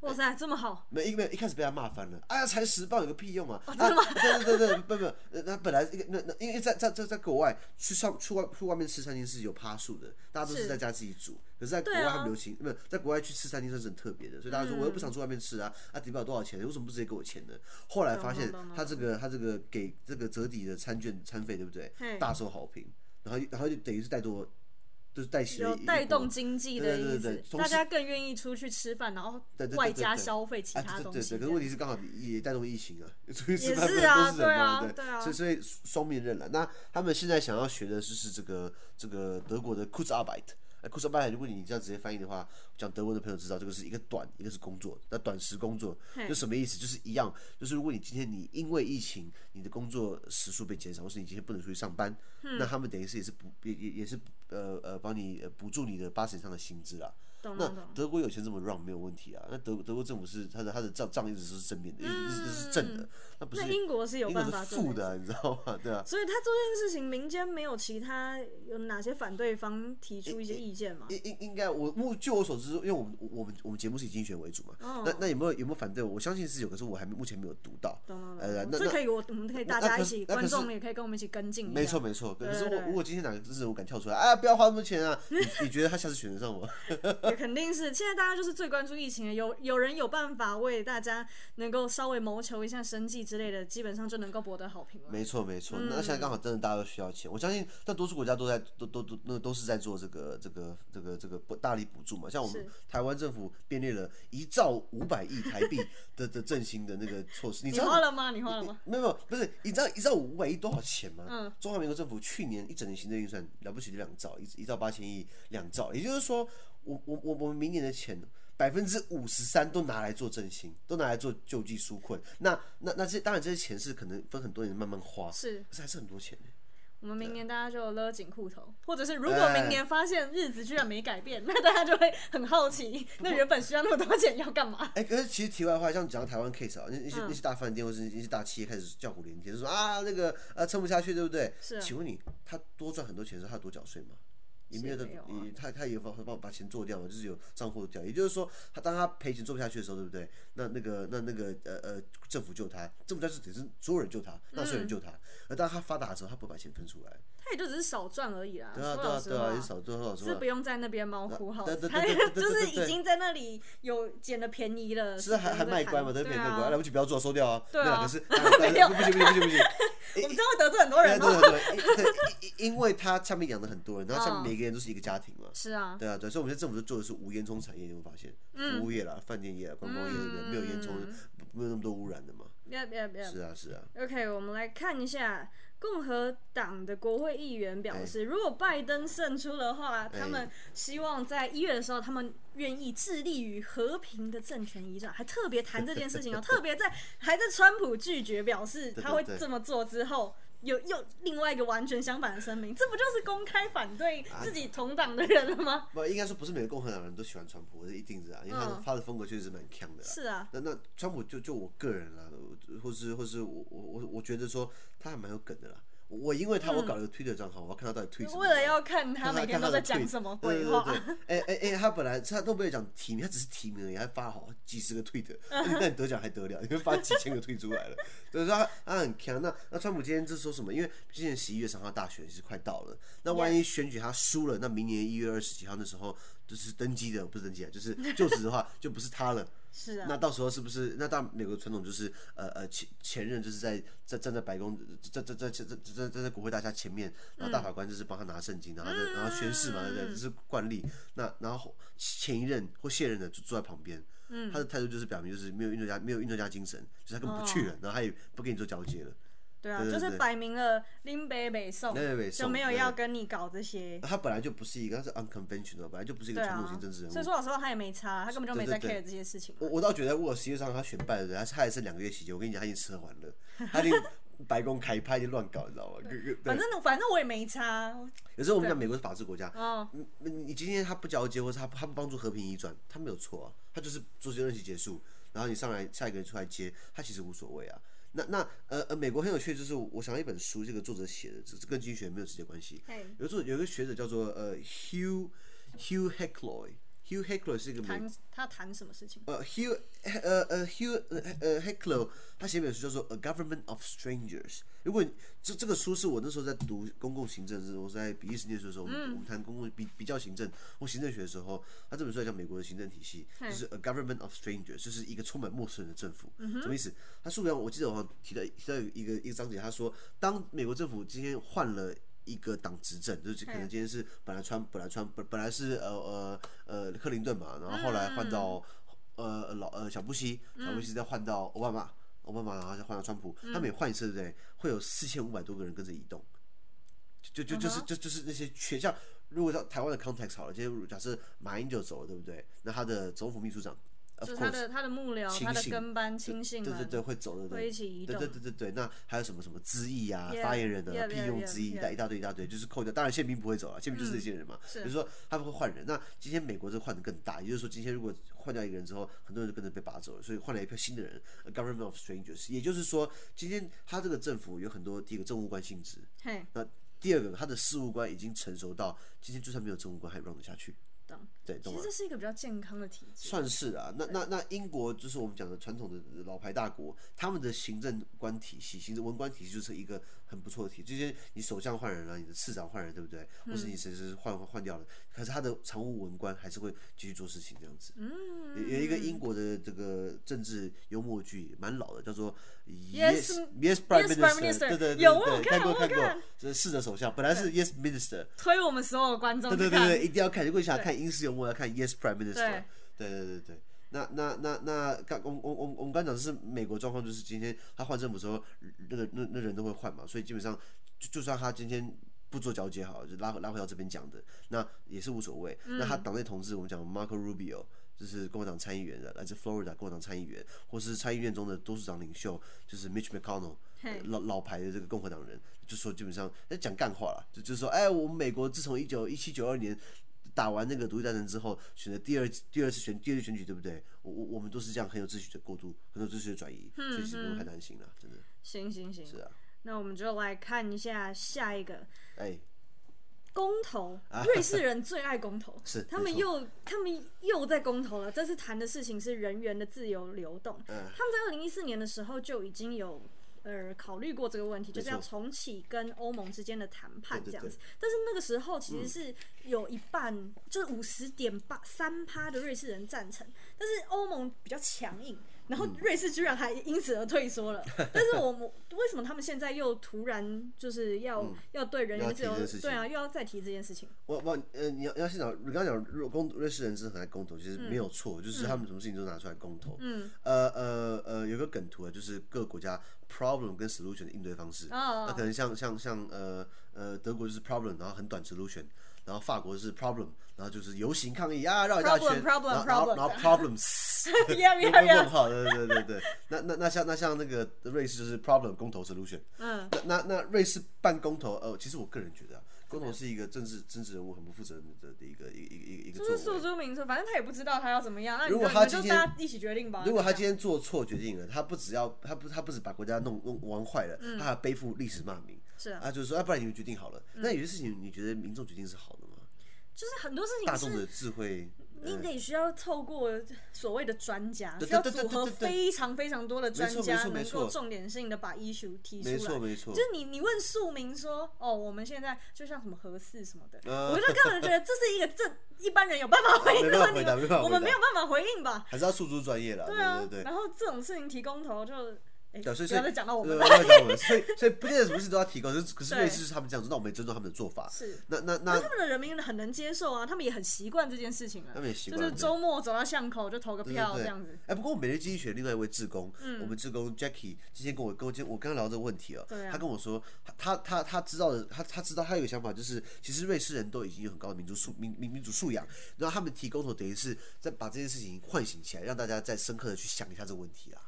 Speaker 1: 哇塞，这么好，
Speaker 2: 没一没有一开始被他骂翻了，哎呀，才十磅有个屁用
Speaker 1: 哦
Speaker 2: 啊！啊，对对对对，不不，呃那本来一个那那因为在在在在国外去上去外去外面吃餐厅是有趴数的，大家都
Speaker 1: 是
Speaker 2: 是在家自己煮，可是在国
Speaker 1: 对
Speaker 2: 外
Speaker 1: 啊嗯
Speaker 2: 他们流行，不是在国外去吃餐厅算是很特别的，所以大家说我又不想去外面吃啊，啊抵不了多少钱，为什么不直接给我钱呢？后来发现
Speaker 1: 懂懂懂
Speaker 2: 他这个他这个给这个折抵的餐券餐费对不对
Speaker 1: 嘿？
Speaker 2: 大受好评，然后然后就等于是带多。就是带起了
Speaker 1: 有
Speaker 2: 一
Speaker 1: 带
Speaker 2: 波
Speaker 1: 动经济的
Speaker 2: 对对
Speaker 1: 意
Speaker 2: 对
Speaker 1: 思
Speaker 2: 对，同
Speaker 1: 大
Speaker 2: 时
Speaker 1: 家更愿意出去吃饭，然后
Speaker 2: 对对对
Speaker 1: 外
Speaker 2: 对对
Speaker 1: 加
Speaker 2: 对
Speaker 1: 消费其
Speaker 2: 哎，
Speaker 1: 他
Speaker 2: 对
Speaker 1: 东
Speaker 2: 对
Speaker 1: 西
Speaker 2: 对，
Speaker 1: 这
Speaker 2: 可
Speaker 1: 样。
Speaker 2: 是问题是刚好也带动疫情啊， 出去吃
Speaker 1: 也
Speaker 2: 饭
Speaker 1: 是
Speaker 2: 的
Speaker 1: 啊
Speaker 2: 都是
Speaker 1: 对
Speaker 2: 人
Speaker 1: 啊
Speaker 2: 嘛，对
Speaker 1: 对啊
Speaker 2: 所以所以双面刃了。那他们现在想要学的就是这个这个德国的 Kurzarbeit。哎 k u r z a r b e i t 如果你这样直接翻译的话，讲德文的朋友知道这个是一个短，一个是工作。那短时工作
Speaker 1: 嘿
Speaker 2: 就什么意思？就是一样，就是如果你今天你因为疫情，你的工作时数被减少，或是你今天不能出去上班，
Speaker 1: 嗯
Speaker 2: 那他们等于是也是补也也也是呃呃帮你呃补助你的八成以上的薪资啦。
Speaker 1: 懂
Speaker 2: 那
Speaker 1: 懂懂，
Speaker 2: 德国有钱这么让没有问题啊。那德德国政府是他的他的账账一直是正面的，一直一直是正的，那不是
Speaker 1: 嗯那英国是有
Speaker 2: 英国
Speaker 1: 办
Speaker 2: 是
Speaker 1: 法做
Speaker 2: 负
Speaker 1: 这件
Speaker 2: 的啊、你知道吗？对啊，
Speaker 1: 所以他做这件事情，民间没有其他有哪些反对方提出一些意见吗？
Speaker 2: 应应应该我目据我所知，因为我们我我们我们节目是以精选为主嘛，
Speaker 1: 哦
Speaker 2: 那那有没有有没有反对我？我相信是有，可是我还没目前没有读到。
Speaker 1: 懂懂
Speaker 2: 呃
Speaker 1: 懂，
Speaker 2: 那
Speaker 1: 这
Speaker 2: 那
Speaker 1: 可以，我我们可以大
Speaker 2: 那
Speaker 1: 家
Speaker 2: 可
Speaker 1: 一
Speaker 2: 是
Speaker 1: 起，
Speaker 2: 那可
Speaker 1: 观
Speaker 2: 是
Speaker 1: 众们也可以跟我们一起跟进一下。
Speaker 2: 没错没错，对可是
Speaker 1: 对
Speaker 2: 我
Speaker 1: 对
Speaker 2: 如果今天哪个支持我敢跳出来，哎，不要花那么多钱啊！你你觉得他下次选得上我？
Speaker 1: 也肯定是现在大家就是最关注疫情的，有有人有办法为大家能够稍微谋求一下生计之类的，基本上就能够博得好评了。
Speaker 2: 没错没错，那现在刚好真的大家都需要钱，我相信但多数国家都在都都都那都是在做这个这个这个这个不大力补助嘛，像我们
Speaker 1: 是
Speaker 2: 台湾政府编列了一兆五百亿台币的的振兴的那个措施，你知
Speaker 1: 你
Speaker 2: 道
Speaker 1: 花了吗？你花了
Speaker 2: 你
Speaker 1: 吗？
Speaker 2: 没有没有，不是，你知道你知道五百亿多少钱吗？
Speaker 1: 嗯
Speaker 2: 中华民国政府去年一整年行政预算了不起就两兆，一一兆八千亿，两兆，也就是说，我我我我们明年的钱百分之五十三都拿来做振兴，都拿来做救济纾困。那那那这当然这些钱是可能分很多年慢慢花，
Speaker 1: 是
Speaker 2: 可是还是很多钱呢。
Speaker 1: 我们明年大家就勒紧裤头，或者是如果明
Speaker 2: 哎
Speaker 1: 年发现日子居然没改变， 那大家就会很好奇，那原本需要那么多钱要干嘛？
Speaker 2: 哎、可是其实题外话，像讲到台湾 case 啊，那那些、
Speaker 1: 嗯
Speaker 2: 那些大饭店或是那些大企业开始叫苦连天，就说啊那个啊撑不下去，对不对？
Speaker 1: 是啊
Speaker 2: 请问你，他多赚很多钱的时候，他有多缴税吗？也没有
Speaker 1: 是
Speaker 2: 的
Speaker 1: 没有啊，
Speaker 2: 也他他也帮帮把钱做掉嘛，就是有账户掉。也就是说，他当他赔钱做不下去的时候，对不对？那那个那那个呃呃，政府救他，政府就是等于是所有人救他，纳税人救
Speaker 1: 嗯
Speaker 2: 他。而当他发达的时候，他不会把钱分出来。
Speaker 1: 他也就只是少赚而已啦。
Speaker 2: 对啊
Speaker 1: 说
Speaker 2: 对
Speaker 1: 老
Speaker 2: 啊
Speaker 1: 实
Speaker 2: 对啊，
Speaker 1: 话
Speaker 2: 也少多少什
Speaker 1: 是
Speaker 2: 么
Speaker 1: 不。用在那边猫哭耗
Speaker 2: 对
Speaker 1: 子，
Speaker 2: 对
Speaker 1: 他
Speaker 2: 对对对
Speaker 1: 就是
Speaker 2: 对对
Speaker 1: 已经在那里有捡了便宜了，
Speaker 2: 是啊还还卖乖嘛，对
Speaker 1: 对
Speaker 2: 不
Speaker 1: 不
Speaker 2: 对？
Speaker 1: 对
Speaker 2: 卖
Speaker 1: 啊
Speaker 2: 乖，来不及不要做，收掉啊。
Speaker 1: 对啊
Speaker 2: 那两个是， 没有，不行不行不行不行。
Speaker 1: 我们真的会得罪很多人哦。
Speaker 2: 对对对，因 因因为他下面养了很多人，然后下
Speaker 1: 嗯
Speaker 2: 面每个人都是一个家庭嘛。
Speaker 1: 是啊，
Speaker 2: 对啊，对，所以我们现在政府就做的是无烟囱产业，你会发现，
Speaker 1: 嗯
Speaker 2: 服务业啦、饭店业啦、观光业，对不对？没有烟囱，没有那么多污染的嘛。
Speaker 1: 要要要
Speaker 2: 是啊，是啊，
Speaker 1: OK，我们来看一下共和党的国会议员表
Speaker 2: 哎
Speaker 1: 示，如果拜登胜出的话，他们希望在一月的时候，他们愿意致力于和平的政权移转，还特别谈这件事情 哦，特别在还在川普拒绝表示
Speaker 2: 对
Speaker 1: 他会
Speaker 2: 对
Speaker 1: 这么做之后。有又另外一个完全相反的声明，这不就是公开反对
Speaker 2: 啊
Speaker 1: 自己同党的人了吗？
Speaker 2: 不，应该说不是每个共和党人都喜欢川普，这一定是啊，因为他的、
Speaker 1: 嗯
Speaker 2: 他的风格确实是蛮强的啦。
Speaker 1: 是啊，
Speaker 2: 那那川普就就我个人啦，我或是或是我我我我觉得说他还蛮有梗的啦。我我因为他我搞了个推特账号，我要看他到底推什么。
Speaker 1: 嗯为了要看他
Speaker 2: 看
Speaker 1: 每天都在讲
Speaker 2: 看他的 tweet，
Speaker 1: 什么
Speaker 2: 对
Speaker 1: 鬼
Speaker 2: 对
Speaker 1: 话，
Speaker 2: 对对，哎哎哎，他本来他都没有讲提名，他只是提名而已，他发好几十个 tweet，那你那你得奖还得了？你会发几千个 tweet 出来了，所以说他他很强。那那川普今天就说什么？因为今年十一月三号大选是快到了，那万一选举他输了，那明年一月二十几号那时候就是登基的，不是登基啊，就是就职的话就不是他了。
Speaker 1: 是啊，
Speaker 2: 那到时候是不是？那到美国传统就是，呃呃，前前任就是在在站在白宫，在在在在在在在在国会大厦前面，然后大法官就是帮他拿圣
Speaker 1: 嗯
Speaker 2: 经，然后然后宣誓嘛，
Speaker 1: 啊
Speaker 2: 对不对？这是惯例。那然后前一任或现任的就坐在旁边，
Speaker 1: 嗯
Speaker 2: 他的态度就是表明就是没有运动家没有运动家精神，就是他根本不去了，
Speaker 1: 哦
Speaker 2: 然后他也不跟你做交接了。
Speaker 1: 对啊，
Speaker 2: 对对
Speaker 1: 就是
Speaker 2: 对
Speaker 1: 摆明了林北北送，
Speaker 2: 林北北
Speaker 1: 哦就
Speaker 2: 送
Speaker 1: 没有
Speaker 2: 对
Speaker 1: 要跟你搞这些。
Speaker 2: 他本来就不是一个，他是 unconventional，本来就不是一个
Speaker 1: 对
Speaker 2: 传
Speaker 1: 啊
Speaker 2: 统型政治，人
Speaker 1: 所以
Speaker 2: 物。
Speaker 1: 说老实话，他也没差，他根本就没在
Speaker 2: 对对哦
Speaker 1: care 这些事情。
Speaker 2: 我我倒觉得，如果实际上他选败了，他他还剩两个月期间，我跟你讲，他已经吃喝玩乐，他已经白宫开拍，已经乱搞，你知道吗？对对
Speaker 1: 反正反正我也没差，啊
Speaker 2: 有时候我们讲美国是法治国家，
Speaker 1: 哦，
Speaker 2: 嗯你今天他不交接，或者他他不帮助和平移转，他没有错啊，他就是做任期结束，然后你上来下一个人出来接，他其实无所谓啊。那那呃呃，美国很有趣，就是我想到一本书，这个作者写的，这这跟经济学没有直接关系
Speaker 1: 嘿。
Speaker 2: 有作有一个学者叫做呃 Hugh Hugh Heckloy，Hugh Heckloy 是一个美
Speaker 1: 谈他谈什么事情？
Speaker 2: 呃，Hugh，呃呃，Hugh，呃呃，Heckler，他写一本书叫做《A Government of Strangers》。如果你这这个书是我那时候在读公共行政的时候，我在比利时念书的时候，我们我们谈公共比比较行政或行政学的时候，他这本书在讲美国的行政体系，就是《A Government of Strangers》，就是一个充满陌生人的政府。
Speaker 1: 嗯
Speaker 2: 什么意思？他书上我记得我好像提到提到一个一个章节，他说，当美国政府今天换了。一个党执政，就是可能今天是本来川本来川本本来是呃呃呃克林顿嘛，然后后来换到
Speaker 1: 嗯
Speaker 2: 呃老呃小布希，小布希再换到奥巴马，奥巴马然后再换到川普，
Speaker 1: 嗯
Speaker 2: 他每换一
Speaker 1: 嗯
Speaker 2: 次，对不对？会有四千五百多个人跟着移动，就就就就是就就是那些学校。如果到台湾的 context 好了，今天假设马英九走了，对不对？那他的总府秘书长
Speaker 1: 就
Speaker 2: ，of
Speaker 1: 是他
Speaker 2: course，
Speaker 1: 的他的幕僚、
Speaker 2: 亲
Speaker 1: 他的
Speaker 2: 信
Speaker 1: 跟班亲信
Speaker 2: 对对
Speaker 1: 们，
Speaker 2: 对，会走的，
Speaker 1: 会
Speaker 2: 对
Speaker 1: 一起移
Speaker 2: 对
Speaker 1: 动
Speaker 2: 对对对对。那还有什么什么知意啊、
Speaker 1: Yeah,
Speaker 2: 发言人啊、
Speaker 1: yeah,
Speaker 2: 聘
Speaker 1: yeah,
Speaker 2: 用之意，一
Speaker 1: yeah, 嗯
Speaker 2: 大一大堆一大堆，就是扣掉。当然宪兵不会走啊了，宪兵就是这些人嘛。
Speaker 1: 是
Speaker 2: 比如说他们会换人。那今天美国这换的更大，也就是说今天如果换掉一个人之后，很多人就跟着被拔走了，所以换了一票新的人，a government of strangers。也就是说，今天他这个政府有很多第一个政务官性质，
Speaker 1: 嘿，
Speaker 2: 那第二个他的事务官已经成熟到今天就算没有政务官还 run 得下去，
Speaker 1: 懂。
Speaker 2: 对，懂
Speaker 1: 其
Speaker 2: 吗
Speaker 1: 实？这是一个比较健康的体制，
Speaker 2: 算是啊，那那那英国就是我们讲的传统的老牌大国，他们的行政官体系、行政文官体系就是一个很不错的体系。就是你首相换人了，你的市长换人，对不对？或
Speaker 1: 嗯
Speaker 2: 是你谁谁换换掉了，可是他的常务文官还是会继续做事情这样子。嗯，有有一个英国的这个政治幽默剧，蛮老的，叫做
Speaker 1: Yes,
Speaker 2: Yes Prime
Speaker 1: Yes, Prime
Speaker 2: Minister，
Speaker 1: Minister
Speaker 2: 对对对，
Speaker 1: 有我
Speaker 2: 对
Speaker 1: 有
Speaker 2: 看
Speaker 1: 看
Speaker 2: 过
Speaker 1: 我有
Speaker 2: 看过
Speaker 1: 看，
Speaker 2: 这是的首相，本来是 Yes Minister，
Speaker 1: 推我们所有观众
Speaker 2: 对
Speaker 1: 去
Speaker 2: 对对
Speaker 1: 看
Speaker 2: 对，一定要看。如果你想看英式幽默，要看 Yes Prime Minister
Speaker 1: 对。
Speaker 2: 对对对对。那那那那刚我我我我们刚讲的是美国状况，就是今天他换政府之后，那个那那人都会换嘛，所以基本上就就算他今天不做交接好了，就拉回拉回到这边讲的，那也是无所谓。那他党内同志，我们讲 Marco Rubio。就是共和党参议员的，来自 Florida 共和党参议员，或是参议院中的多数党领袖，就是 Mitch McConnell，呃
Speaker 1: 嘿
Speaker 2: 老老牌的这个共和党人，就说基本上在讲干话了，就就说，哎，我们美国自从一九一七九二年打完那个独立战争之后，选择第二第二次选第二次选举，对不对？我我我们都是这样很有秩序的过渡，很有秩序的转移，所以其实不用太担心了，真的
Speaker 1: 行行行，
Speaker 2: 是啊，
Speaker 1: 那我们就来看一下下一个
Speaker 2: 哎，
Speaker 1: 公投。瑞士人最爱公投，
Speaker 2: 啊 是
Speaker 1: 他
Speaker 2: 没
Speaker 1: 们
Speaker 2: 错
Speaker 1: 又他们又在公投了。这次谈的事情是人员的自由流动。
Speaker 2: 嗯
Speaker 1: 他们在二零一四年的时候就已经有。呃，考虑过这个问题，就是要
Speaker 2: 没错
Speaker 1: 重启跟欧盟之间的谈判
Speaker 2: 对对嗯
Speaker 1: 这样子。
Speaker 2: 对
Speaker 1: 但是那个时候其实是有一半，就是五十点八三趴的瑞士人赞成，但是欧盟比较强硬，然后
Speaker 2: 嗯
Speaker 1: 瑞士居然还因此而退缩 了。但是我们为什么他们现在又突然就是要、要对人
Speaker 2: 嗯要
Speaker 1: 员
Speaker 2: 提
Speaker 1: 自由
Speaker 2: 这个事情
Speaker 1: 对啊，又要再提这件事情？
Speaker 2: 我我呃，你要你要先讲，你刚刚讲如果公瑞士人真的很爱公投，其实没有错，就是他们什么事情都拿出来公投。嗯，呃呃呃，有个梗图啊，就是各国家 problem 跟 solution 的应对方式。
Speaker 1: 哦
Speaker 2: 那可能像像像呃呃，德国就是 problem，然后很短 solution，然后法国是 problem，然后就是游行抗议啊，绕一大
Speaker 1: Problem,
Speaker 2: 圈
Speaker 1: problem,
Speaker 2: 然后然
Speaker 1: problem
Speaker 2: 后然后 problems。
Speaker 1: 要
Speaker 2: 有
Speaker 1: 要
Speaker 2: 个
Speaker 1: 要
Speaker 2: 问！号，对对对对对。那那那像那像那个瑞士就是 problem 公投 solution。
Speaker 1: 嗯。
Speaker 2: 那那那瑞士办公投，呃，其实我个人觉得、啊，公投是一个政治政治人物很不负责任的的一个一个一个一个一
Speaker 1: 就是
Speaker 2: 个作
Speaker 1: 诉
Speaker 2: 为。
Speaker 1: 诸民粹，反正他也不知道他要怎么样，那你
Speaker 2: 如果
Speaker 1: 就
Speaker 2: 他
Speaker 1: 你就
Speaker 2: 今天
Speaker 1: 大家一起决定吧。
Speaker 2: 如果他今天做错决定了，他不只要他不他不止把国家弄弄玩坏了，
Speaker 1: 嗯
Speaker 2: 他还背负历史骂名。
Speaker 1: 是啊
Speaker 2: 啊，就是说，要、不然你们决定好了。
Speaker 1: 嗯
Speaker 2: 那有些事情，你觉得民众决定是好的吗？
Speaker 1: 就是很多事
Speaker 2: 大
Speaker 1: 情
Speaker 2: 众
Speaker 1: 是
Speaker 2: 的智慧，
Speaker 1: 你得需要透过所谓的专家，
Speaker 2: 对
Speaker 1: 需要
Speaker 2: 对对
Speaker 1: 组合
Speaker 2: 对对对
Speaker 1: 非常非常多的专
Speaker 2: 没错没
Speaker 1: 家，
Speaker 2: 错没
Speaker 1: 能
Speaker 2: 错
Speaker 1: 够重点性的把 issue 提出来。
Speaker 2: 没错没错
Speaker 1: 就。是你你问庶民说，哦，我们现在就像什么合适什么的，
Speaker 2: 嗯
Speaker 1: 我就看了觉得这是一个这一般人有办法回应
Speaker 2: 啊没
Speaker 1: 的问
Speaker 2: 办法
Speaker 1: 题
Speaker 2: 回
Speaker 1: 吗
Speaker 2: 答没办法回答？
Speaker 1: 我们没有办法回应吧？
Speaker 2: 还是要诉诸专业啦，
Speaker 1: 对啊
Speaker 2: 对，对。
Speaker 1: 然后这种事情提公投就，哎，
Speaker 2: 对，所
Speaker 1: 不
Speaker 2: 以所以
Speaker 1: 要再讲到我们
Speaker 2: 对
Speaker 1: 了。
Speaker 2: 不要再讲 我们所以所以不见得什么事都要提高，就是可是
Speaker 1: 对
Speaker 2: 类似是他们这样做，那我们也尊重他们的做法。
Speaker 1: 是，
Speaker 2: 那那
Speaker 1: 可
Speaker 2: 那
Speaker 1: 是他们的人民很能接受啊，他们也很习惯这件事情啊，
Speaker 2: 他们也习惯
Speaker 1: 就是
Speaker 2: 对
Speaker 1: 周末走到巷口就投个
Speaker 2: 对
Speaker 1: 票
Speaker 2: 对
Speaker 1: 这
Speaker 2: 对
Speaker 1: 样子。
Speaker 2: 哎，不过我每日记忆学另外一位志工，我们志工 Jackie 之前跟我跟我今天我刚刚聊这个问题哦
Speaker 1: 对，啊
Speaker 2: 他跟我说他他他他知道的，他他知道他有个想法，就是其实瑞士人都已经有很高的民族素民民民族素养，然后他们提公投等于是在把这件事情唤醒起来，让大家再深刻的去想一下这个问题啊。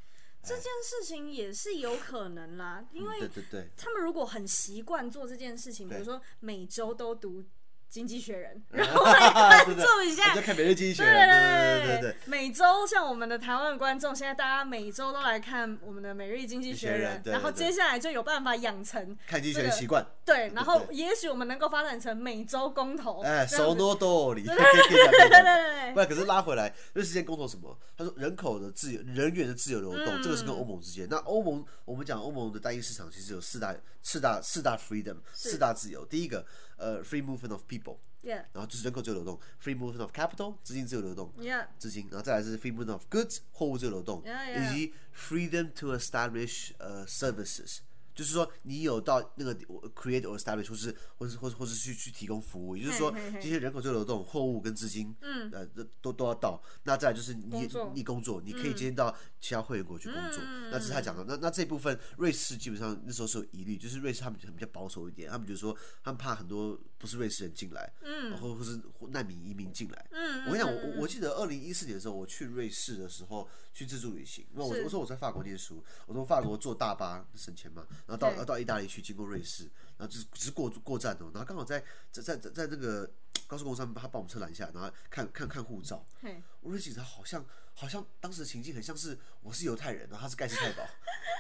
Speaker 1: 这件事情也是有可能啦，因
Speaker 2: 嗯对
Speaker 1: 为
Speaker 2: 对对，
Speaker 1: 他们如果很习惯做这件事情，比
Speaker 2: 对嗯
Speaker 1: 如说每周都读《经济学人》，
Speaker 2: 然 后来关
Speaker 1: 注一下
Speaker 2: 就看每日记忆学，对对对
Speaker 1: 对
Speaker 2: 对对。
Speaker 1: 每周像我们的台湾观众，现在大家每周都来看我们的《每日经济学
Speaker 2: 学
Speaker 1: 人
Speaker 2: 人》，对
Speaker 1: 然后
Speaker 2: 对对
Speaker 1: 接下来就有办法养成
Speaker 2: 看经济学
Speaker 1: 这
Speaker 2: 的
Speaker 1: 个
Speaker 2: 习惯，
Speaker 1: 对，然后
Speaker 2: 对
Speaker 1: 也许我们能够发展成每周公投，
Speaker 2: 哎，
Speaker 1: 哦这样
Speaker 2: 手
Speaker 1: 子
Speaker 2: 多道理，可以可以这样可以这
Speaker 1: 对对
Speaker 2: 样
Speaker 1: 对
Speaker 2: 不
Speaker 1: 对，
Speaker 2: 然可是拉回来，瑞士间公投什么？他说人口的自由、人员的自由流动，
Speaker 1: 嗯
Speaker 2: 这个是跟欧盟之间。那欧盟，我们讲欧盟的单一市场其实有四大、四大、四大 freedom，四大自由。第一个，呃，free movement of people，
Speaker 1: Yeah
Speaker 2: 然后就是人口自由流动；free movement of capital，资金自由流动。
Speaker 1: Yeah
Speaker 2: 资金，然后再来是 free movement of goods 货物自由流动
Speaker 1: Yeah, yeah.
Speaker 2: 以及 freedom to establish 呃 services，就是说你有到那个 create or establish，或是或是或是或是去去提供服务，也就是说
Speaker 1: 嘿嘿嘿
Speaker 2: 这些人口就流动、货物跟资金，嗯，呃，都都都要到。那再来就是你
Speaker 1: 工作嗯
Speaker 2: 你工作，你可以接到其他会员国去工作，那这是他讲的。那那这一部分瑞士基本上那时候是有疑虑，就是瑞士他们很比较保守一点，他们就说他们怕很多不是瑞士人进来，嗯，或或是难民移民进来，
Speaker 1: 嗯，
Speaker 2: 我跟你讲，我
Speaker 1: 嗯
Speaker 2: 我我记得二零一四年的时候，我去瑞士的时候去自助旅行，因为我
Speaker 1: 是
Speaker 2: 我说我在法国念书，我从法国坐大巴省钱嘛，然后到
Speaker 1: 对
Speaker 2: 然后到意大利去，经过瑞士，然后只是只是过过站哦，然后刚好在在在在在那个高速公路上面，他把我们车拦下，然后看看看护照，
Speaker 1: 嘿，
Speaker 2: 我瑞士警察好像好像当时的情境很像是我是犹太人，然后他是盖世太保，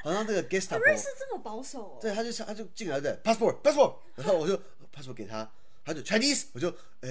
Speaker 2: 好像那个 Gestapo
Speaker 1: 瑞士这么保守哦。
Speaker 2: 对，他就他就进来对 passport passport，然后我就 passport 给他，他就 Chinese，我就呃，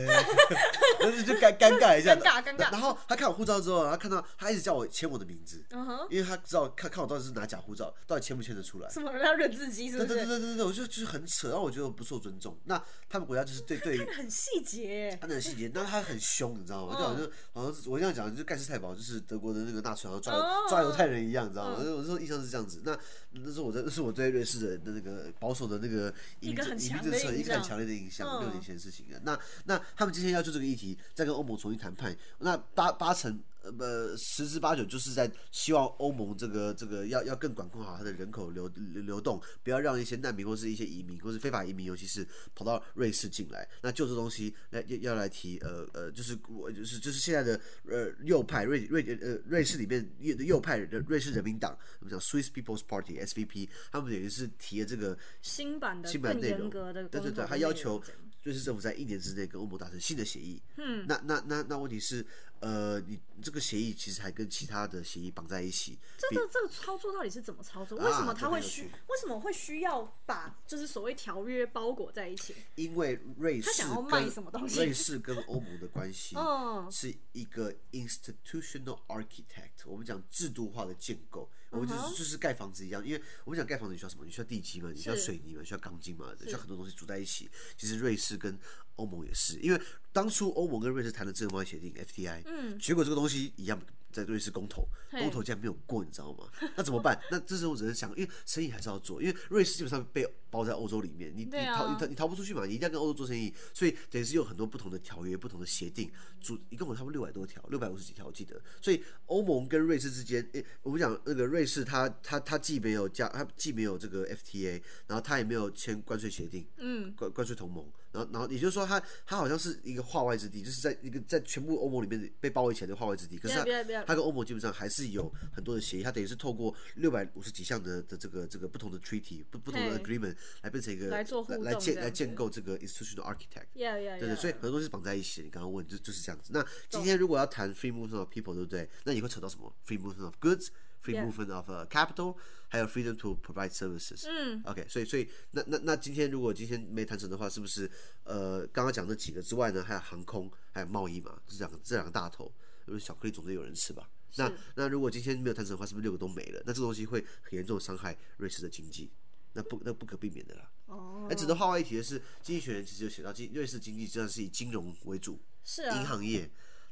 Speaker 2: 就是就尴尴尬一下，
Speaker 1: 尴尬尴尬
Speaker 2: 然后他看我护照之后，然后看到他一直叫我签我的名字，
Speaker 1: 嗯哼，
Speaker 2: 因为他知道看看我到底是拿假护照，到底签不签得出来。
Speaker 1: 什么人要认自己是
Speaker 2: 对
Speaker 1: 不
Speaker 2: 对对
Speaker 1: 是？
Speaker 2: 对对对，我就就是很扯，然后我觉得不受尊重。那他们国家就是对对于
Speaker 1: 看得很细节
Speaker 2: 他的细节，那他很凶，你知道
Speaker 1: 嗯
Speaker 2: 吗？就好像好像是我这样讲，就是盖世太保，就是德国的那个纳粹，好像抓、
Speaker 1: 哦
Speaker 2: 抓犹太人一样，你知道吗？
Speaker 1: 嗯
Speaker 2: 我那时候印象是这样子。那那时候我在，那是我对瑞士人的那个保守的那个
Speaker 1: 一
Speaker 2: 移民
Speaker 1: 个
Speaker 2: 政
Speaker 1: 很
Speaker 2: 移
Speaker 1: 强
Speaker 2: 民
Speaker 1: 的
Speaker 2: 政策，
Speaker 1: 印
Speaker 2: 一个很
Speaker 1: 象
Speaker 2: 强烈的影响，
Speaker 1: 嗯
Speaker 2: 六年前的事情了。那那他们今天要就这个议题，再跟欧盟重新谈判，那八八成。呃，不十之八九就是在希望欧盟这个这个要要更管控好它的人口流流流动，不要让一些难民或是一些移民或是非法移民，尤其是跑到瑞士进来。那就这东西来要要来提，呃呃，就是我就是就是现在的呃右派瑞瑞呃瑞士里面右右派的瑞士人民党，我们讲 Swiss People's Party SVP，他们也是提了这个
Speaker 1: 新版的
Speaker 2: 新版
Speaker 1: 更
Speaker 2: 内容
Speaker 1: 严格的，
Speaker 2: 对对对，他
Speaker 1: 还
Speaker 2: 要求瑞士政府在一年之内跟欧盟达成新的协议。嗯，那那那那问题是，呃，你这个协议其实还跟其他的协议绑在一起。
Speaker 1: 这个这个操作到底是怎么操作？为什么
Speaker 2: 这
Speaker 1: 他
Speaker 2: 很
Speaker 1: 会
Speaker 2: 有
Speaker 1: 需
Speaker 2: 趣
Speaker 1: 为什么会需要把就是所谓条约包裹在一起？
Speaker 2: 因为瑞士
Speaker 1: 他想要卖什么东
Speaker 2: 跟
Speaker 1: 西
Speaker 2: 瑞士跟欧盟的关 系
Speaker 1: 嗯
Speaker 2: 是一个 institutional architect，我们讲制度化的建构，
Speaker 1: 嗯
Speaker 2: 我们就是就是盖房子一样，因为我们讲盖房子你需要什么？你需要地基嘛，你需要
Speaker 1: 是
Speaker 2: 水泥嘛，你需要钢筋嘛，需要很多东西组在一起。其实瑞士跟欧盟也是，因为当初欧盟跟瑞士谈的自由贸易协定 FTI，嗯，结果这个东西一样。在瑞士公投，
Speaker 1: 嘿
Speaker 2: 公投竟然没有过，你知道吗？那怎么办？那这时候只能想，因为生意还是要做，因为瑞士基本上被包在欧洲里面，你你
Speaker 1: 对啊
Speaker 2: 逃你逃你逃不出去嘛，你一定要跟欧洲做生意，所以等于是有很多不同的条约、不同的协定，组一共有差不多六百多条，六百五十几条我记得。所以欧盟跟瑞士之间，诶、我们讲那个瑞士它，它它既没有加，它既没有这个 FTA，然后它也没有签关税协定，
Speaker 1: 嗯，
Speaker 2: 关关税同盟，然后然后也就是说它，它好像是一个化外之地，就是在一个在全部欧盟里面的被包围起来的化外之地。可是它
Speaker 1: 不要不要不要
Speaker 2: 它跟欧盟基本上还是有很多的协议，它等于是透过六百五十几项的的这个这个不同的 treaty 不不同的
Speaker 1: 嘿
Speaker 2: agreement 来变成一个
Speaker 1: 来做互动
Speaker 2: 来建
Speaker 1: 这样
Speaker 2: 来建
Speaker 1: 子
Speaker 2: 构这个 institutional architect。
Speaker 1: 呀呀呀！
Speaker 2: 对对，所以很多东西是绑在一起的。你刚刚问就就是这样子。那今天如果要谈 free movement of people，对不对？那你会扯到什么？free movement of goods。Free
Speaker 1: Yeah.
Speaker 2: movement of uh, capital，还有 freedom to provide services。
Speaker 1: 嗯
Speaker 2: ，OK，所以所以那那那今天如果今天没谈成的话，是不是呃刚刚讲这几个之外呢，还有航空，还有贸易嘛？这两个这两个大头，呃因为巧克力总得有人吃吧？那那如果今天没有谈成的话，是不是六个都没了？那这东西会很严重地伤害瑞士的经济，那不那不可避免的啦。哎
Speaker 1: 哦
Speaker 2: 那，值得画外一提的是，《经济学人》其实有写到，经瑞士经济真的是以金融为主，
Speaker 1: 是
Speaker 2: 银
Speaker 1: 啊，
Speaker 2: 行业。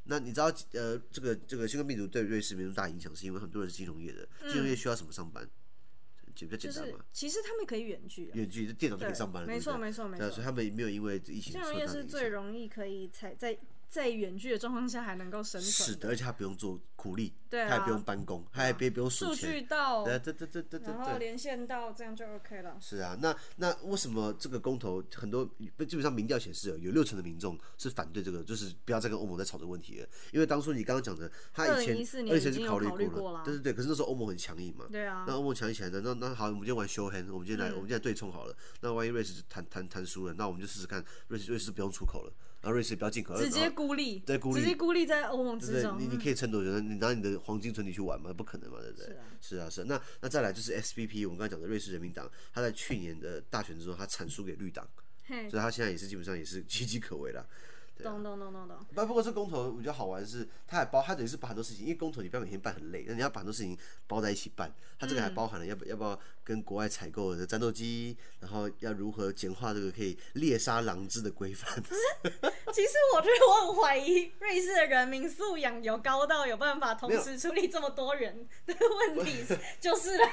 Speaker 2: 那你知道，呃，这个这个新冠病毒对瑞士没那么大影响，是因为很多人是金融业的，金融业需要什么上班？
Speaker 1: 嗯
Speaker 2: 就比较
Speaker 1: 就
Speaker 2: 简单
Speaker 1: 是
Speaker 2: 嘛，
Speaker 1: 其实他们可以远距啊，
Speaker 2: 远距离电脑就可以
Speaker 1: 对，
Speaker 2: 上班了，
Speaker 1: 没
Speaker 2: 对不
Speaker 1: 错
Speaker 2: 对
Speaker 1: 没错没
Speaker 2: 对啊，
Speaker 1: 错
Speaker 2: 所以，他们也没有因为疫
Speaker 1: 金
Speaker 2: 情受
Speaker 1: 融
Speaker 2: 到
Speaker 1: 业
Speaker 2: 大的
Speaker 1: 是
Speaker 2: 影
Speaker 1: 最
Speaker 2: 响。
Speaker 1: 容易可以才在在远距的状况下还能够生
Speaker 2: 是
Speaker 1: 存
Speaker 2: 的，
Speaker 1: 的，
Speaker 2: 而且他不用做苦力，
Speaker 1: 对啊
Speaker 2: 他也不用办公，他也别不用数
Speaker 1: 数
Speaker 2: 钱，
Speaker 1: 据到，
Speaker 2: 对啊对对对对对
Speaker 1: 然后
Speaker 2: 对。
Speaker 1: 连线到，这样就 OK 了。
Speaker 2: 是啊，那那为什么这个公投很多不基本上民调显示有六成的民众是反对这个，就是不要再跟欧盟在吵这个问题了，因为当初你刚刚讲的，他以前
Speaker 1: 2014
Speaker 2: 二
Speaker 1: 年
Speaker 2: 以
Speaker 1: 已经
Speaker 2: 前是
Speaker 1: 有
Speaker 2: 虑
Speaker 1: 考虑过啊
Speaker 2: 了
Speaker 1: 啦，
Speaker 2: 对对对，可是那时候欧盟很强硬嘛，
Speaker 1: 对啊
Speaker 2: 那，欧盟强硬起来的，那那好，我们今天玩 show hand，我们今
Speaker 1: 嗯
Speaker 2: 天来、我们今天来对冲好了，那万一瑞士谈谈谈输了，那我们就试试看瑞士瑞士不用出口了，然后瑞士也不要进口，
Speaker 1: 直
Speaker 2: 然
Speaker 1: 接
Speaker 2: 后
Speaker 1: 孤立，
Speaker 2: 对孤立
Speaker 1: 直接孤立在欧盟之
Speaker 2: 对
Speaker 1: 中嗯
Speaker 2: 你，你可以撑多久？你拿你的黄金存底去玩吗？不可能嘛，对不对？
Speaker 1: 是啊
Speaker 2: 是啊，是啊。那那再来就是 S P P，我们刚才讲的瑞士人民党，他在去年的大选之后，他惨输给绿党，
Speaker 1: 嘿，
Speaker 2: 啊所以他现在也是基本上也是岌岌可危了。对啊
Speaker 1: 懂懂懂懂懂，
Speaker 2: 不不过这公投我觉得好玩是，它还包，它等于是把很多事情，因为公投你不要每天办很累，那你要把很多事情包在一起办。它这个还包含了要不要不要跟国外采购的战斗机，然后要如何简化这个可以猎杀狼只的规范。
Speaker 1: 其实我觉得我很怀疑瑞士的人民素养有高到有办法同
Speaker 2: 没有
Speaker 1: 时处理这么多人的问题，就是了，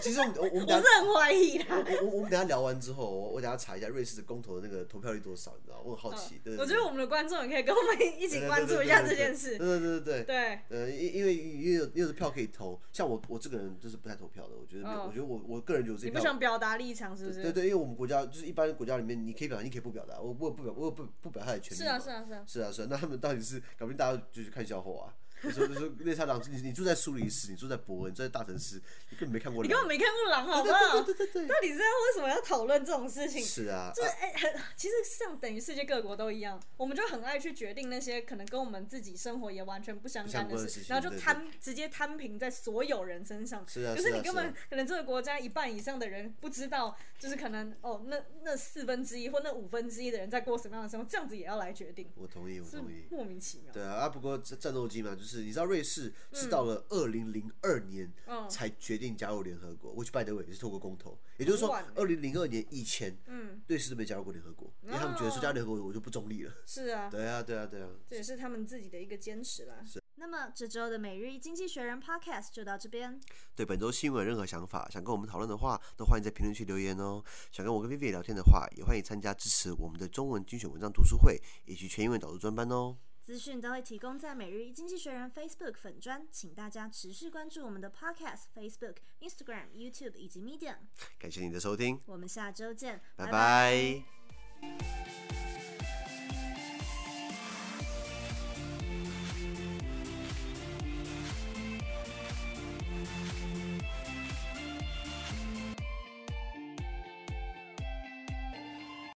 Speaker 2: 其其实我们我我们
Speaker 1: 我
Speaker 2: 等
Speaker 1: 是
Speaker 2: 一
Speaker 1: 很啊怀疑
Speaker 2: 下
Speaker 1: 啦。
Speaker 2: 我我我我们等一下聊完之后，我我等一下查一下瑞士的公投的那个投票率多少，你知道吗？我很好奇。对对
Speaker 1: 我觉得我们的观众也可以跟我们一
Speaker 2: 一
Speaker 1: 起关注一下这件事。
Speaker 2: 对对对对
Speaker 1: 对，
Speaker 2: 对。呃，因因为也有也有的票可以投，像我我这个人就是不太投票的，我觉得没有，
Speaker 1: 嗯
Speaker 2: 我觉得我我个人觉得我自
Speaker 1: 你
Speaker 2: 己
Speaker 1: 不
Speaker 2: 票
Speaker 1: 想表达立场是不
Speaker 2: 对
Speaker 1: 是？
Speaker 2: 对，因为我们国家就是一般国家里面，你可以表达，你可以不表达，我我有不表，我有不不表态的权利
Speaker 1: 是
Speaker 2: 嘛。
Speaker 1: 啊，是啊，是啊。
Speaker 2: 是啊，是啊，那他们到底是搞不定，大家就去看笑话啊。你说你说内沙党，你你住在苏黎世，你住在伯恩，你住在大城市，你根本没看过
Speaker 1: 你
Speaker 2: 人。
Speaker 1: 根本没看过狼，好不好？
Speaker 2: 对对对对对
Speaker 1: 到底是要为什么要讨论这种事
Speaker 2: 对，
Speaker 1: 情？
Speaker 2: 是啊，
Speaker 1: 就是哎、很其实像等于世界各国都一样，我们就很爱去决定那些可能跟我们自己生活也完全不相干
Speaker 2: 不相关的
Speaker 1: 事
Speaker 2: 事，情
Speaker 1: 然后就
Speaker 2: 对对
Speaker 1: 摊直接摊平在所有人身上。
Speaker 2: 是啊
Speaker 1: 可
Speaker 2: 是
Speaker 1: 是
Speaker 2: 啊
Speaker 1: 你根
Speaker 2: 是啊
Speaker 1: 本可能这个国家一半以上的人不知道，就是可能哦，那那四分之一或那五分之一的人在过什么样的生活，这样子也要来决定，
Speaker 2: 我同意，我
Speaker 1: 是
Speaker 2: 同意。
Speaker 1: 莫名其妙。
Speaker 2: 对啊，啊，不过战战斗机嘛，就是你知道瑞士是到了二零零二年
Speaker 1: 嗯
Speaker 2: 才决定加入联合国，which by the way 也是透过公投，也就是说
Speaker 1: 很晚欸
Speaker 2: 二零零二年以前，
Speaker 1: 嗯，
Speaker 2: 瑞士都没加入过联合国，因为他们觉得说加入联合国我就不中立了。
Speaker 1: 是啊，
Speaker 2: 对啊，对啊，对啊。
Speaker 1: 这也是他们自己的一个坚持啦。那么这周的每日一经济学人 Podcast 就到这边。
Speaker 2: 对本周新闻有任何想法，想跟我们讨论的话，都欢迎在评论区留言哦。想跟我跟 Vivi 聊天的话，也欢迎参加支持我们的中文精选文章读书会以及全英文导读专班哦。
Speaker 1: 资讯都会提供在《每日一经济学人》Facebook 粉专，请大家持续关注我们的 Podcast、Facebook、Instagram、YouTube 以及 Medium。
Speaker 2: 感谢你的收听，
Speaker 1: 我们下周见，
Speaker 2: 拜拜